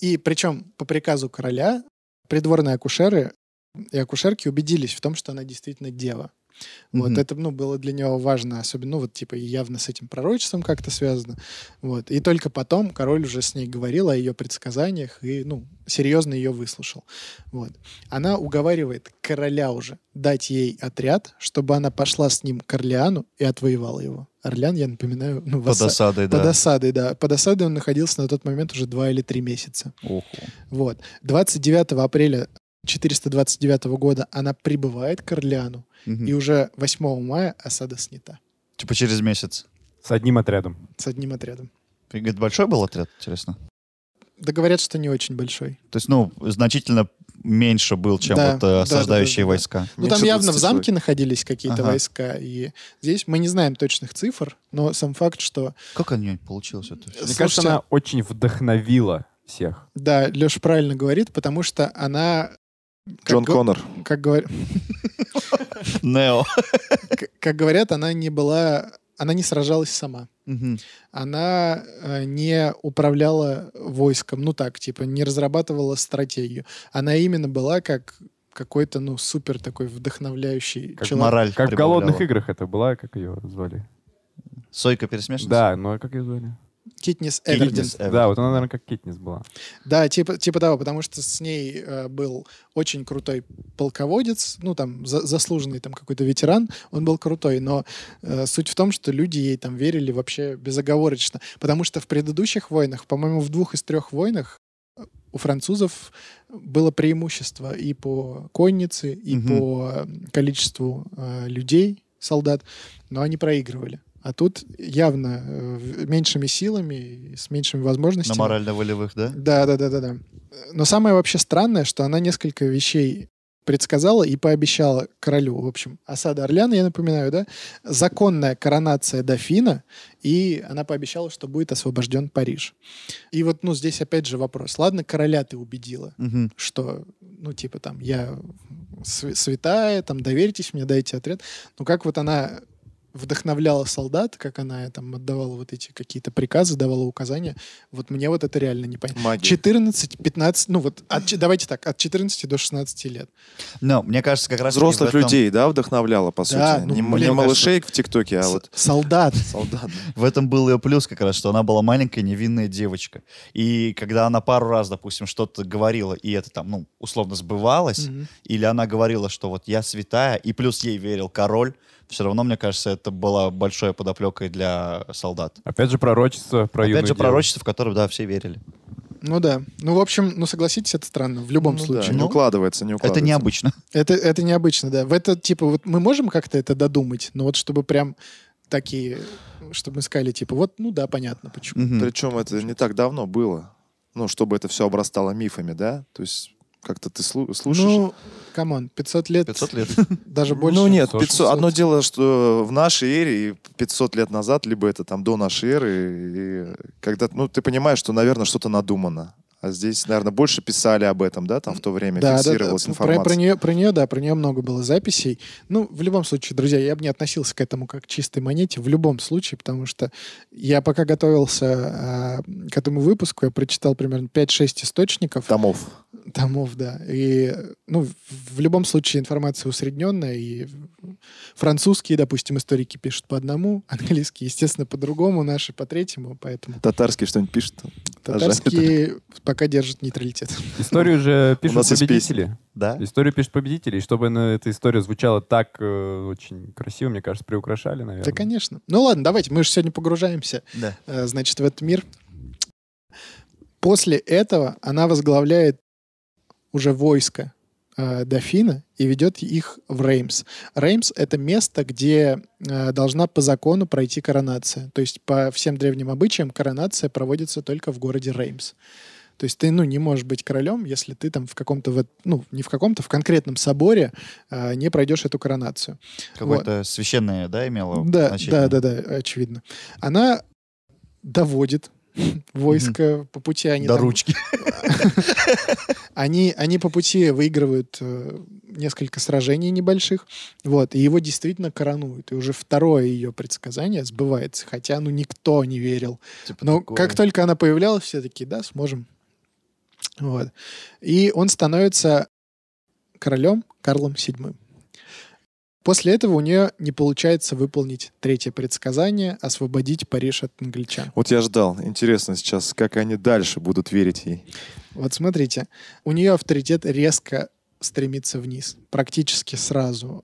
S3: И причем по приказу короля придворные акушеры и акушерки убедились в том, что она действительно дева. *laughs* Вот
S2: Мгм.
S3: это, ну, было для него важно, особенно, ну, вот, типа, явно с этим пророчеством как-то связано. Вот. И только потом король уже с ней говорил о ее предсказаниях и, ну, серьезно ее выслушал. Вот. Она уговаривает короля уже дать ей отряд, чтобы она пошла с ним к Орлеану и отвоевала его. Орлеан, я напоминаю, ну, в
S2: Под
S3: оса-
S2: осадой,
S3: под
S2: да.
S3: осадой, да. Под осадой он находился на тот момент уже два или три месяца.
S2: Оху.
S3: Вот. 29 апреля 429 года она прибывает к Орлеану,
S2: Мгм.
S3: и уже 8 мая осада снята
S2: Типа через месяц.
S4: С одним отрядом.
S3: с одним отрядом.
S2: Говорит, большой был отряд, интересно?
S3: Да говорят, что не очень большой.
S2: То есть, ну, значительно меньше был, чем
S3: Да,
S2: вот
S3: да, да,
S2: э,
S3: да,
S2: осаждающие
S3: да.
S2: войска.
S3: ну, там
S1: Меньше
S3: явно
S1: 20
S3: в замке находились какие-то
S2: Ага.
S3: войска, и здесь мы не знаем точных цифр, но сам факт, что...
S2: Как у нее получилось это все?
S4: Мне
S3: Слушайте,
S4: кажется, она очень вдохновила всех.
S3: Да, Леша правильно говорит, потому что она... как
S1: Джон
S3: го-
S1: Коннор.
S3: Как, говор- *laughs*
S2: Нео. *laughs*
S3: к- как говорят, она не была она не сражалась сама.
S2: Мгм.
S3: Она э, не управляла войском, ну так, типа, не разрабатывала стратегию. Она именно была как какой-то, ну, супер такой вдохновляющий
S4: Как
S3: человек.
S2: Мораль
S4: Как в
S2: прибавляла.
S4: голодных играх это была, как ее звали.
S2: Сойка пересмешница?
S4: Да, но как ее звали?
S3: Китнис
S2: Китнис
S3: Эвердин.
S2: Эвердин.
S4: Да, вот она, наверное, как Китнис была.
S3: Да, типа, типа того, потому что с ней э, был очень крутой полководец, ну, там, за- заслуженный там какой-то ветеран, он был крутой, но э, суть в том, что люди ей там верили вообще безоговорочно, потому что в предыдущих войнах, по-моему, в двух из трех войнах э, у французов было преимущество и по коннице, и
S2: Мгм.
S3: по э, количеству э, людей, солдат, но они проигрывали. А тут явно э, в- меньшими силами, с меньшими
S2: На
S3: возможностями.
S2: морально-волевых, да?
S3: Да, да, да, да, да. Но самое вообще странное, что она несколько вещей предсказала и пообещала королю. В общем, осада Орлеана, я напоминаю, да, законная коронация дофина, и она пообещала, что будет освобожден Париж. И вот, ну, здесь опять же вопрос. Ладно, короля ты убедила,
S2: Мгм.
S3: что, ну, типа там, я св- святая, там, доверьтесь мне, дайте ответ. Ну, как вот она вдохновляла солдат, как она там отдавала вот эти какие-то приказы, давала указания, вот мне вот это реально не понятно.
S1: Магия.
S3: 14, 15, ну вот, от че- давайте так, от 14 до 16 лет.
S2: Но мне кажется, как раз...
S1: Взрослых
S2: в этом-
S1: людей, да, вдохновляла, по сути?
S3: Да, ну,
S1: не, м-
S3: блин,
S1: не
S3: конечно.
S1: малышей в ТикТоке, а
S3: С-
S1: вот
S3: Солдат.
S1: солдат.
S2: В этом был ее плюс как раз, что она была маленькая невинная девочка. И когда она пару раз, допустим, что-то говорила, и это там, ну, условно сбывалось,
S3: Мгм.
S2: или она говорила, что вот я святая, и плюс ей верил король, все равно, мне кажется, это была большой подоплекой для солдат.
S4: Опять же, пророчество про
S2: Опять
S4: юную
S2: же,
S4: деву.
S2: пророчество, в которое, да, все верили.
S3: Ну да. Ну, в общем, ну согласитесь, это странно. В любом
S1: Ну да,
S3: случае.
S1: не
S2: Ну,
S1: укладывается, не укладывается.
S2: Это необычно.
S3: Это, это необычно, да. В это, типа, вот мы можем как-то это додумать, но вот чтобы прям такие, чтобы мы сказали, типа, вот, ну да, понятно, почему.
S2: Мгм.
S1: Причем это не так давно было. Ну, чтобы это все обрастало мифами, да? То есть как-то ты слу- слушаешь...
S3: Ну, камон, 500 лет,
S2: 500 лет.
S3: даже больше.
S1: *laughs* Ну нет,
S4: 500.
S1: 500. одно дело, что в нашей эре и 500 лет назад, либо это там до нашей эры, и когда, ну, ты понимаешь, что, наверное, что-то надумано. А здесь, наверное, больше писали об этом, да, там в то время фиксировалась
S3: Ну, про-
S1: информация.
S3: Про, нее, про нее, да, про нее много было записей. Ну, в любом случае, друзья, я бы не относился к этому как к чистой монете, в любом случае, потому что я пока готовился а, к этому выпуску, я прочитал примерно 5-6 источников
S1: Томов.
S3: томов, да. И, ну, в- в любом случае информация усредненная, и французские, допустим, историки пишут по одному, *laughs* английские, естественно, по-другому, наши по третьему, поэтому
S1: Татарский что-нибудь пишет? А жаль,
S3: татарские пока держат нейтралитет. *laughs*
S4: Историю же пишут
S1: нас есть
S4: победители.
S2: Да?
S4: Историю пишут победители. И чтобы она- эта история звучала так э, очень красиво, мне кажется, приукрашали, наверное.
S3: Да, конечно. Ну ладно, давайте, мы же сегодня погружаемся.
S2: Да.
S3: э, значит, в этот мир. После этого она возглавляет уже войско э, дофина и ведет их в Реймс. Реймс — это место, где э, должна по закону пройти коронация. То есть по всем древним обычаям коронация проводится только в городе Реймс. То есть ты, ну, не можешь быть королем, если ты там в каком-то, вот- ну, не в каком-то, в конкретном соборе э, не пройдешь эту коронацию.
S2: Какое-то священное, да, имело
S3: Да,
S2: значение?
S3: да, да, да, очевидно. Она доводит войско по пути. Они
S2: До
S3: там-
S2: ручки.
S3: они, они по пути выигрывают э, несколько сражений небольших, вот, и его действительно коронуют. И уже второе ее предсказание сбывается, хотя, ну, никто не верил.
S2: Типа
S3: Но
S2: такое.
S3: как только она появлялась, все такие, да, сможем. Вот. И он становится королем Карлом VII. После этого у нее не получается выполнить третье предсказание — освободить Париж от англичан.
S1: Вот я ждал. Интересно сейчас, как они дальше будут верить ей.
S3: Вот смотрите, у нее авторитет резко стремится вниз, практически сразу.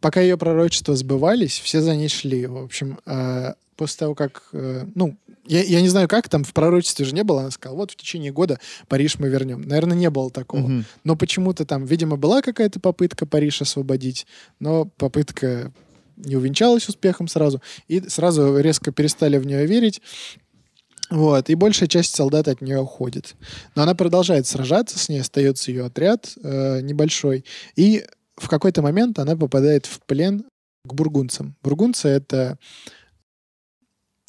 S3: Пока ее пророчества сбывались, все за ней шли. В общем, э, после того, как... э, ну, я, я не знаю, как там, в пророчестве же не было, она сказала, вот в течение года Париж мы вернем. Наверное, не было такого.
S2: Мгм.
S3: Но почему-то там, видимо, была какая-то попытка Париж освободить, но попытка не увенчалась успехом сразу, и сразу резко перестали в нее верить. Вот, и большая часть солдат от нее уходит. Но она продолжает сражаться, с ней остается ее отряд э, небольшой. И в какой-то момент она попадает в плен к бургунцам. Бургунцы — это,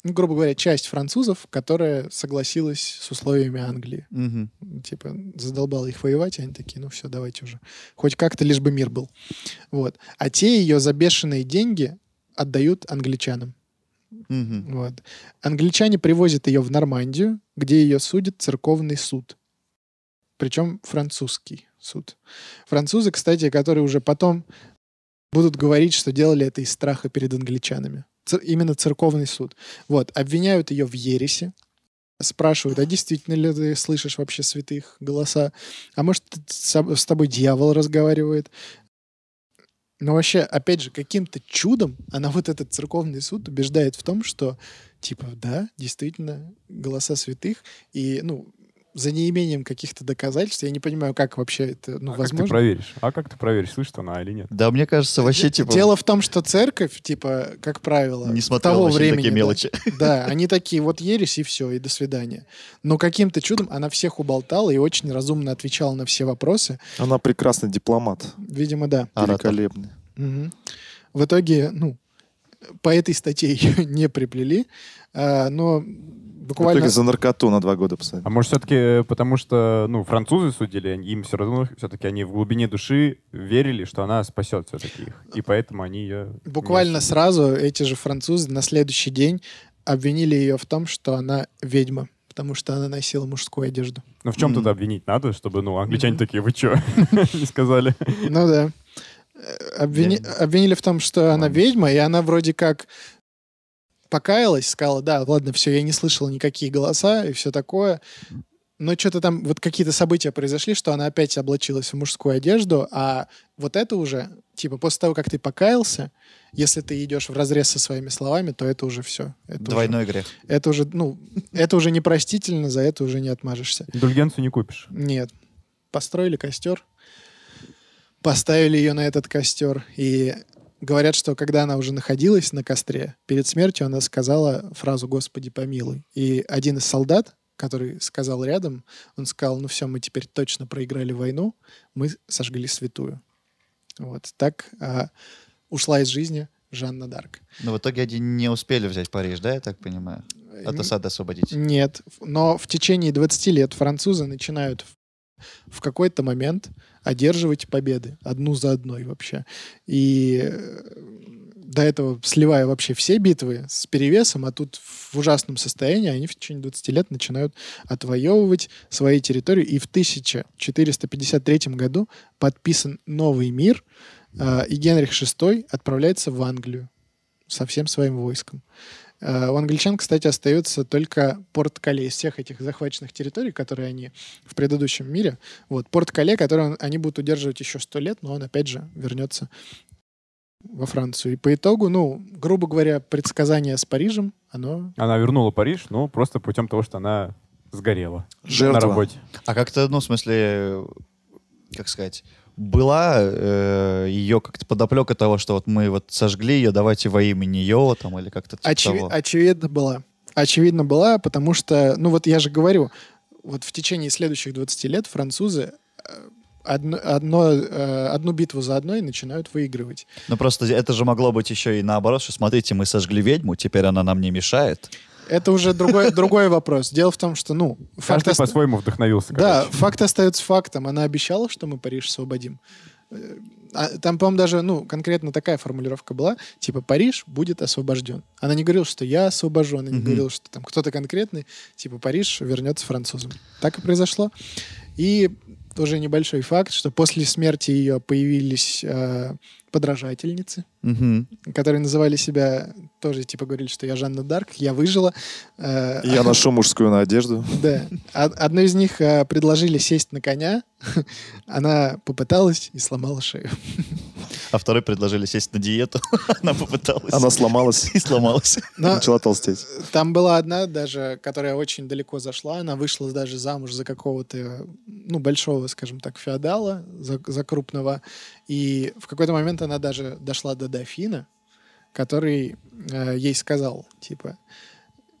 S3: ну, грубо говоря, часть французов, которая согласилась с условиями Англии
S2: Мгм.
S3: типа, задолбало их воевать, и они такие, ну все, давайте уже. Хоть как-то, лишь бы мир был. Вот. А те ее за бешеные деньги отдают англичанам.
S2: Мгм.
S3: Вот. Англичане привозят ее в Нормандию, где ее судит церковный суд. Причем французский суд. Французы, кстати, которые уже потом будут говорить, что делали это из страха перед англичанами. Цер- именно церковный суд. Вот. Обвиняют ее в ересе. Спрашивают, а действительно ли ты слышишь вообще святых голоса? А может, т- с с тобой дьявол разговаривает? Но вообще, опять же, каким-то чудом она вот этот церковный суд убеждает в том, что, типа, да, действительно, голоса святых, и, ну, за неимением каких-то доказательств, я не понимаю, как вообще это, ну,
S4: а как ты
S3: возможно.
S4: проверишь? А как ты проверишь, слышит она или нет?
S2: Да, мне кажется, вообще, типа,
S3: Дело в том, что церковь, типа, как правило,
S2: не смотрел
S3: того
S2: вообще
S3: времени,
S2: на такие
S3: да, *laughs*
S2: мелочи.
S3: Да, они такие, вот ересь и все, и до свидания. Но каким-то чудом она всех уболтала и очень разумно отвечала на все вопросы.
S1: Она прекрасный дипломат.
S3: Видимо, да.
S2: Оратор.
S1: Великолепный.
S3: Мгм. В итоге, ну, по этой статье *laughs* ее не приплели, а, но
S1: В
S3: буквально...
S1: итоге за наркоту на два года посадили.
S4: А может, все-таки потому что, ну, французы судили, они- им все равно, все-таки они в глубине души верили, что она спасет все-таки их. И поэтому они ее...
S3: Буквально сразу эти же французы на следующий день обвинили ее в том, что она ведьма, потому что она носила мужскую одежду.
S4: Ну, в чем
S2: М.
S4: тут обвинить надо, чтобы, ну, англичане
S3: Мгм.
S4: такие, вы че? *laughs* Не сказали.
S3: Ну да. Э, обвини-
S2: Я-
S3: Обвинили в том, что она
S4: Ладно.
S3: ведьма, и она вроде как покаялась, сказала, да, ладно, все, я не слышала никакие голоса и все такое. Но что-то там, вот какие-то события произошли, что она опять облачилась в мужскую одежду, а вот это уже, типа, после того, как ты покаялся, если ты идешь в разрез со своими словами, то это уже все. Это
S2: Двойной грех.
S3: Уже, это уже, ну, это уже непростительно, за это уже не отмажешься.
S4: Индульгенцию не купишь.
S3: Нет. Построили костер, поставили ее на этот костер, и говорят, что когда она уже находилась на костре, перед смертью она сказала фразу «Господи, помилуй». И один из солдат, который сказал рядом, он сказал, ну все, мы теперь точно проиграли войну, мы сожгли святую. Вот так а, ушла из жизни Жанна Дарк.
S2: Но в итоге они не успели взять Париж, да, я так понимаю? От
S3: М,
S2: осады освободить.
S3: Нет, в- но в течение 20 лет французы начинают в- в какой-то момент одерживать победы одну за одной вообще. И э, до этого сливая вообще все битвы с перевесом, а тут в ужасном состоянии они в течение 20 лет начинают отвоевывать свои территории. И в 1453 году подписан новый мир, э, и Генрих VI отправляется в Англию со всем своим войском. Э, У англичан, кстати, остается только Порт-Кале из всех этих захваченных территорий, которые они в предыдущем мире. Вот Порт-Кале, который он- они будут удерживать еще сто лет, но он опять же вернется во Францию. И по итогу, ну, грубо говоря, предсказание с Парижем, оно...
S4: Она вернула Париж, ну, просто путем того, что она сгорела на
S1: Жертва.
S4: работе.
S2: А как-то, ну, в смысле, э, как сказать, была э, ее как-то подоплека того, что вот мы вот сожгли ее, давайте во имя нее там или как-то типа
S3: очеви-
S2: того.
S3: очевидно была. Очевидно была, потому что, ну вот я же говорю, вот в течение следующих 20 лет французы э, одно, одно, э, одну битву за одной начинают выигрывать.
S2: Ну просто это же могло быть еще и наоборот, что смотрите, мы сожгли ведьму, теперь она нам не мешает.
S3: Это уже другой, другой вопрос. Дело в том, что, ну, факт,
S4: Каждый
S3: ост-
S4: по-своему вдохновился,
S3: да,
S4: короче.
S3: факт остается фактом. Она обещала, что мы Париж освободим. Э, а Там, по-моему, даже, ну, конкретно такая формулировка была, типа, Париж будет освобожден. Она не говорила, что я освобожу, она не
S2: Мгм.
S3: говорила, что там кто-то конкретный, типа, Париж вернется французам. Так и произошло. И тоже небольшой факт, что после смерти ее появились э, подражательницы,
S2: Мгм.
S3: которые называли себя, тоже, типа, говорили, что я Жанна Дарк, я выжила. Э,
S1: Я ношу мужскую одежду.
S3: да. Од- Одну из них э, предложили сесть на коня. *laughs* Она попыталась и сломала шею.
S2: А второй предложили сесть на диету, *laughs* она попыталась
S1: Она
S3: *laughs*
S1: сломалась,
S2: и сломалась.
S3: Но
S1: начала толстеть.
S3: там была одна даже, которая очень далеко зашла. Она вышла даже замуж за какого-то, ну, большого, скажем так, феодала, за, за крупного. И в какой-то момент она даже дошла до дофина, который э, ей сказал, типа,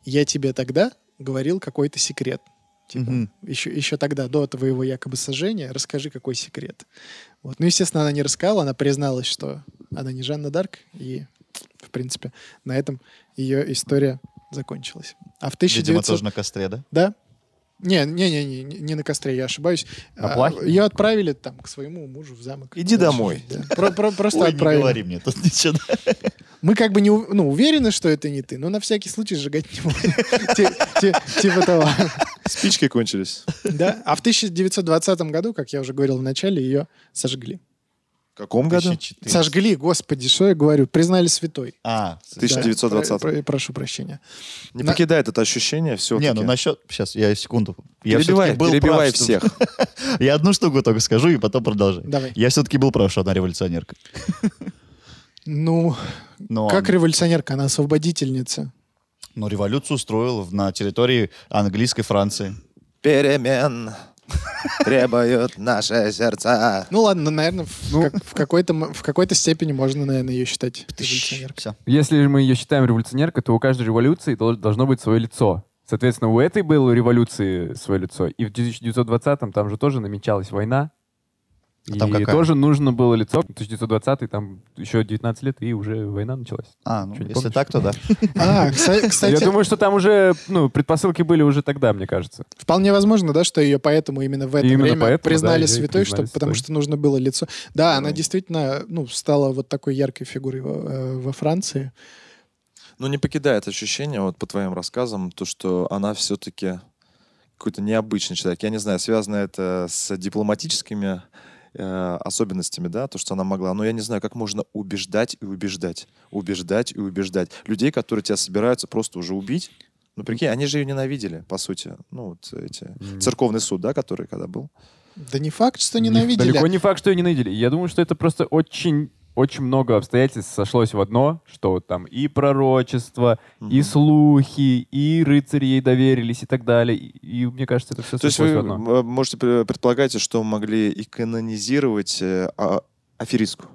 S3: я тебе тогда говорил какой-то секрет. Типа,
S2: Мгм.
S3: еще, еще тогда, до твоего якобы сожжения, расскажи, какой секрет. Вот. Ну, естественно, она не рассказала, она призналась, что она не Жанна Дарк, и, в принципе, на этом ее история закончилась. А в
S2: Видимо,
S3: 1900...
S2: тоже на костре, да?
S3: Да? Не, не, не, не, не, не на костре, я ошибаюсь.
S4: На
S3: А,
S4: плахе?
S3: Ее отправили там к своему мужу в замок.
S1: Иди
S3: Дальше
S1: домой.
S3: жить, да. Про- про- Просто
S2: Ой, не
S3: отправили.
S2: говори мне тут ничего.
S3: Мы как бы не ув- ну, уверены, что это не ты, но на всякий случай сжигать не будем.
S2: *laughs*
S3: Ти- ти- Типа того.
S1: Спички кончились.
S3: Да? А в 1920 году, как я уже говорил в начале, ее сожгли.
S1: В каком году?
S2: 2004.
S3: Сожгли, господи, что я говорю? Признали святой.
S2: А,
S3: Да,
S1: 1920.
S3: про- про- Прошу прощения.
S1: Не
S3: На-
S1: покидает это ощущение все
S2: не, ну насчет... Сейчас, я секунду. Я
S1: перебивай,
S2: всё-таки был
S1: перебивай
S2: прав, что-
S1: всех.
S2: *laughs* Я одну штуку только скажу и потом продолжай.
S3: Давай.
S2: Я все-таки был прав, что она революционерка.
S3: Ну,
S2: Но,
S3: как революционерка, она освободительница.
S2: но революцию устроил в- на территории английской Франции.
S1: Перемен требуют наши сердца.
S3: Ну ладно, наверное, в, как- в какой-то м- в какой-то степени можно, наверное, ее считать революционеркой.
S2: Всё.
S4: Если же мы ее считаем революционеркой, то у каждой революции дол- должно быть свое лицо. Соответственно, у этой было революции свое лицо. И в 1920-м там же тоже намечалась война.
S2: А
S4: и
S2: там какая?
S4: тоже нужно было лицо. 1920-й, там еще 19 лет, и уже война началась.
S2: А, ну,
S4: Чё, не
S2: если
S4: помнишь?
S2: так, то да.
S3: А, кса- кстати,
S4: Я думаю, что там уже, ну, предпосылки были уже тогда, мне кажется.
S3: вполне возможно, да, что ее поэтому именно в это
S4: Именно
S3: время
S4: поэтому,
S3: признали
S4: да, её и
S3: святой,
S4: признали
S3: чтоб- потому
S4: святой.
S3: что нужно было лицо. Да, она
S4: Ну.
S3: действительно ну, стала вот такой яркой фигурой во, э, во Франции.
S1: Ну, не покидает ощущение, вот по твоим рассказам, то, что она все-таки какой-то необычный человек. Я не знаю, связано это с дипломатическими э, особенностями, да, то, что она могла. Но я не знаю, как можно убеждать и убеждать, убеждать и убеждать людей, которые тебя собираются просто уже убить. Ну, прикинь, они же ее ненавидели, по сути. Ну, вот эти...
S4: М.
S1: Церковный суд, да, который когда был?
S3: Да не факт, что
S4: Не-
S3: ненавидели.
S4: Далеко не факт, что ее ненавидели. Я думаю, что это просто очень очень много обстоятельств сошлось в одно, что вот там и пророчество, и
S1: Мгм.
S4: слухи, и рыцари ей доверились и так далее. И, и мне кажется, это все
S1: То есть
S4: сошлось
S1: вы
S4: в одно.
S1: м, э, можете пре- предполагать, что могли и канонизировать э, а- аферистку?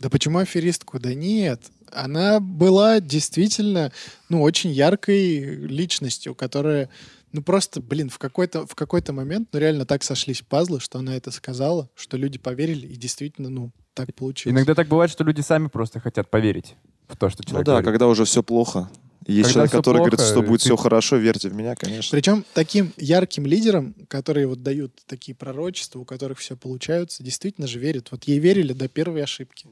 S3: Да почему аферистку? Да нет. Она была действительно, ну, очень яркой личностью, которая, ну, просто, блин, в какой-то, в какой-то момент, ну, реально так сошлись пазлы, что она это сказала, что люди поверили, и действительно, ну, так получилось.
S4: Иногда так бывает, что люди сами просто хотят поверить в то, что
S1: Ну
S4: человек
S1: да,
S4: говорит.
S1: когда уже все плохо. И Есть
S4: Когда
S1: человек,
S4: всё
S1: который говорит,
S4: плохо, э,
S1: что будет
S4: ты-
S1: все хорошо, верьте в меня, конечно.
S3: Причем таким ярким лидерам, которые вот дают такие пророчества, у которых все получается, действительно же верят. Вот ей верили до первой ошибки.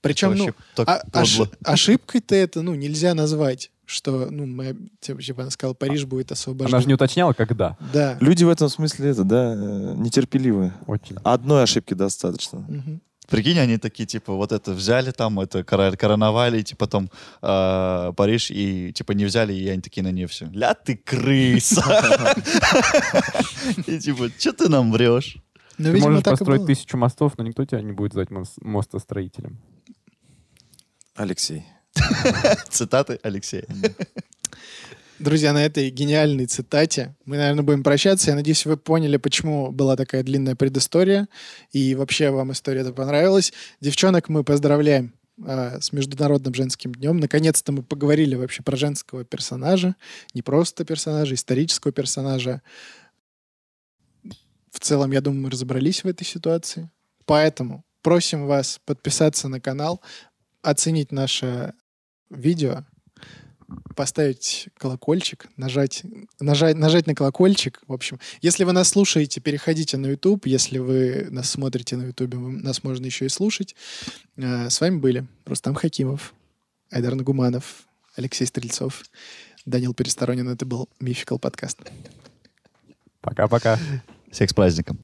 S3: Причем, ну,
S2: Вообще так
S3: А- оши-
S2: подло.
S3: ошибкой-то это, ну, нельзя назвать, что, ну, мы, типа, типа, она сказала, Париж будет освобожден.
S4: А, Она же не уточняла, когда.
S3: Да.
S1: Люди в этом смысле это, да, э, нетерпеливые.
S4: Очень.
S1: Одной ошибки достаточно.
S3: Мгм.
S2: Прикинь, они такие, типа, вот это взяли там, это кора- короновали, типа, там, э, Париж, и, типа, не взяли, и они такие на нее все. Ля ты крыса! *laughs* И, типа, что ты нам врешь?
S3: Ну,
S4: Ты
S3: видимо,
S4: можешь
S3: так и
S4: построить
S3: было.
S4: тысячу мостов, но никто тебя не будет звать мос- мостостроителем.
S1: Алексей.
S2: Цитаты Алексея.
S3: Друзья, на этой гениальной цитате мы, наверное, будем прощаться. Я надеюсь, вы поняли, почему была такая длинная предыстория. И вообще вам история эта понравилась. Девчонок мы поздравляем а, с Международным женским днем. Наконец-то мы поговорили вообще про женского персонажа. Не просто персонажа, исторического персонажа. В целом, я думаю, мы разобрались в этой ситуации. Поэтому просим вас подписаться на канал, оценить наше видео, поставить колокольчик, нажать, нажать, нажать на колокольчик. В общем, если вы нас слушаете, переходите на YouTube. Если вы нас смотрите на YouTube, вы- нас можно еще и слушать. Э, С вами были Рустам Хакимов, Айдар Нагуманов, Алексей Стрельцов, Данил Пересторонин. Это был Мификал подкаст.
S4: Пока-пока.
S2: Всех с праздником.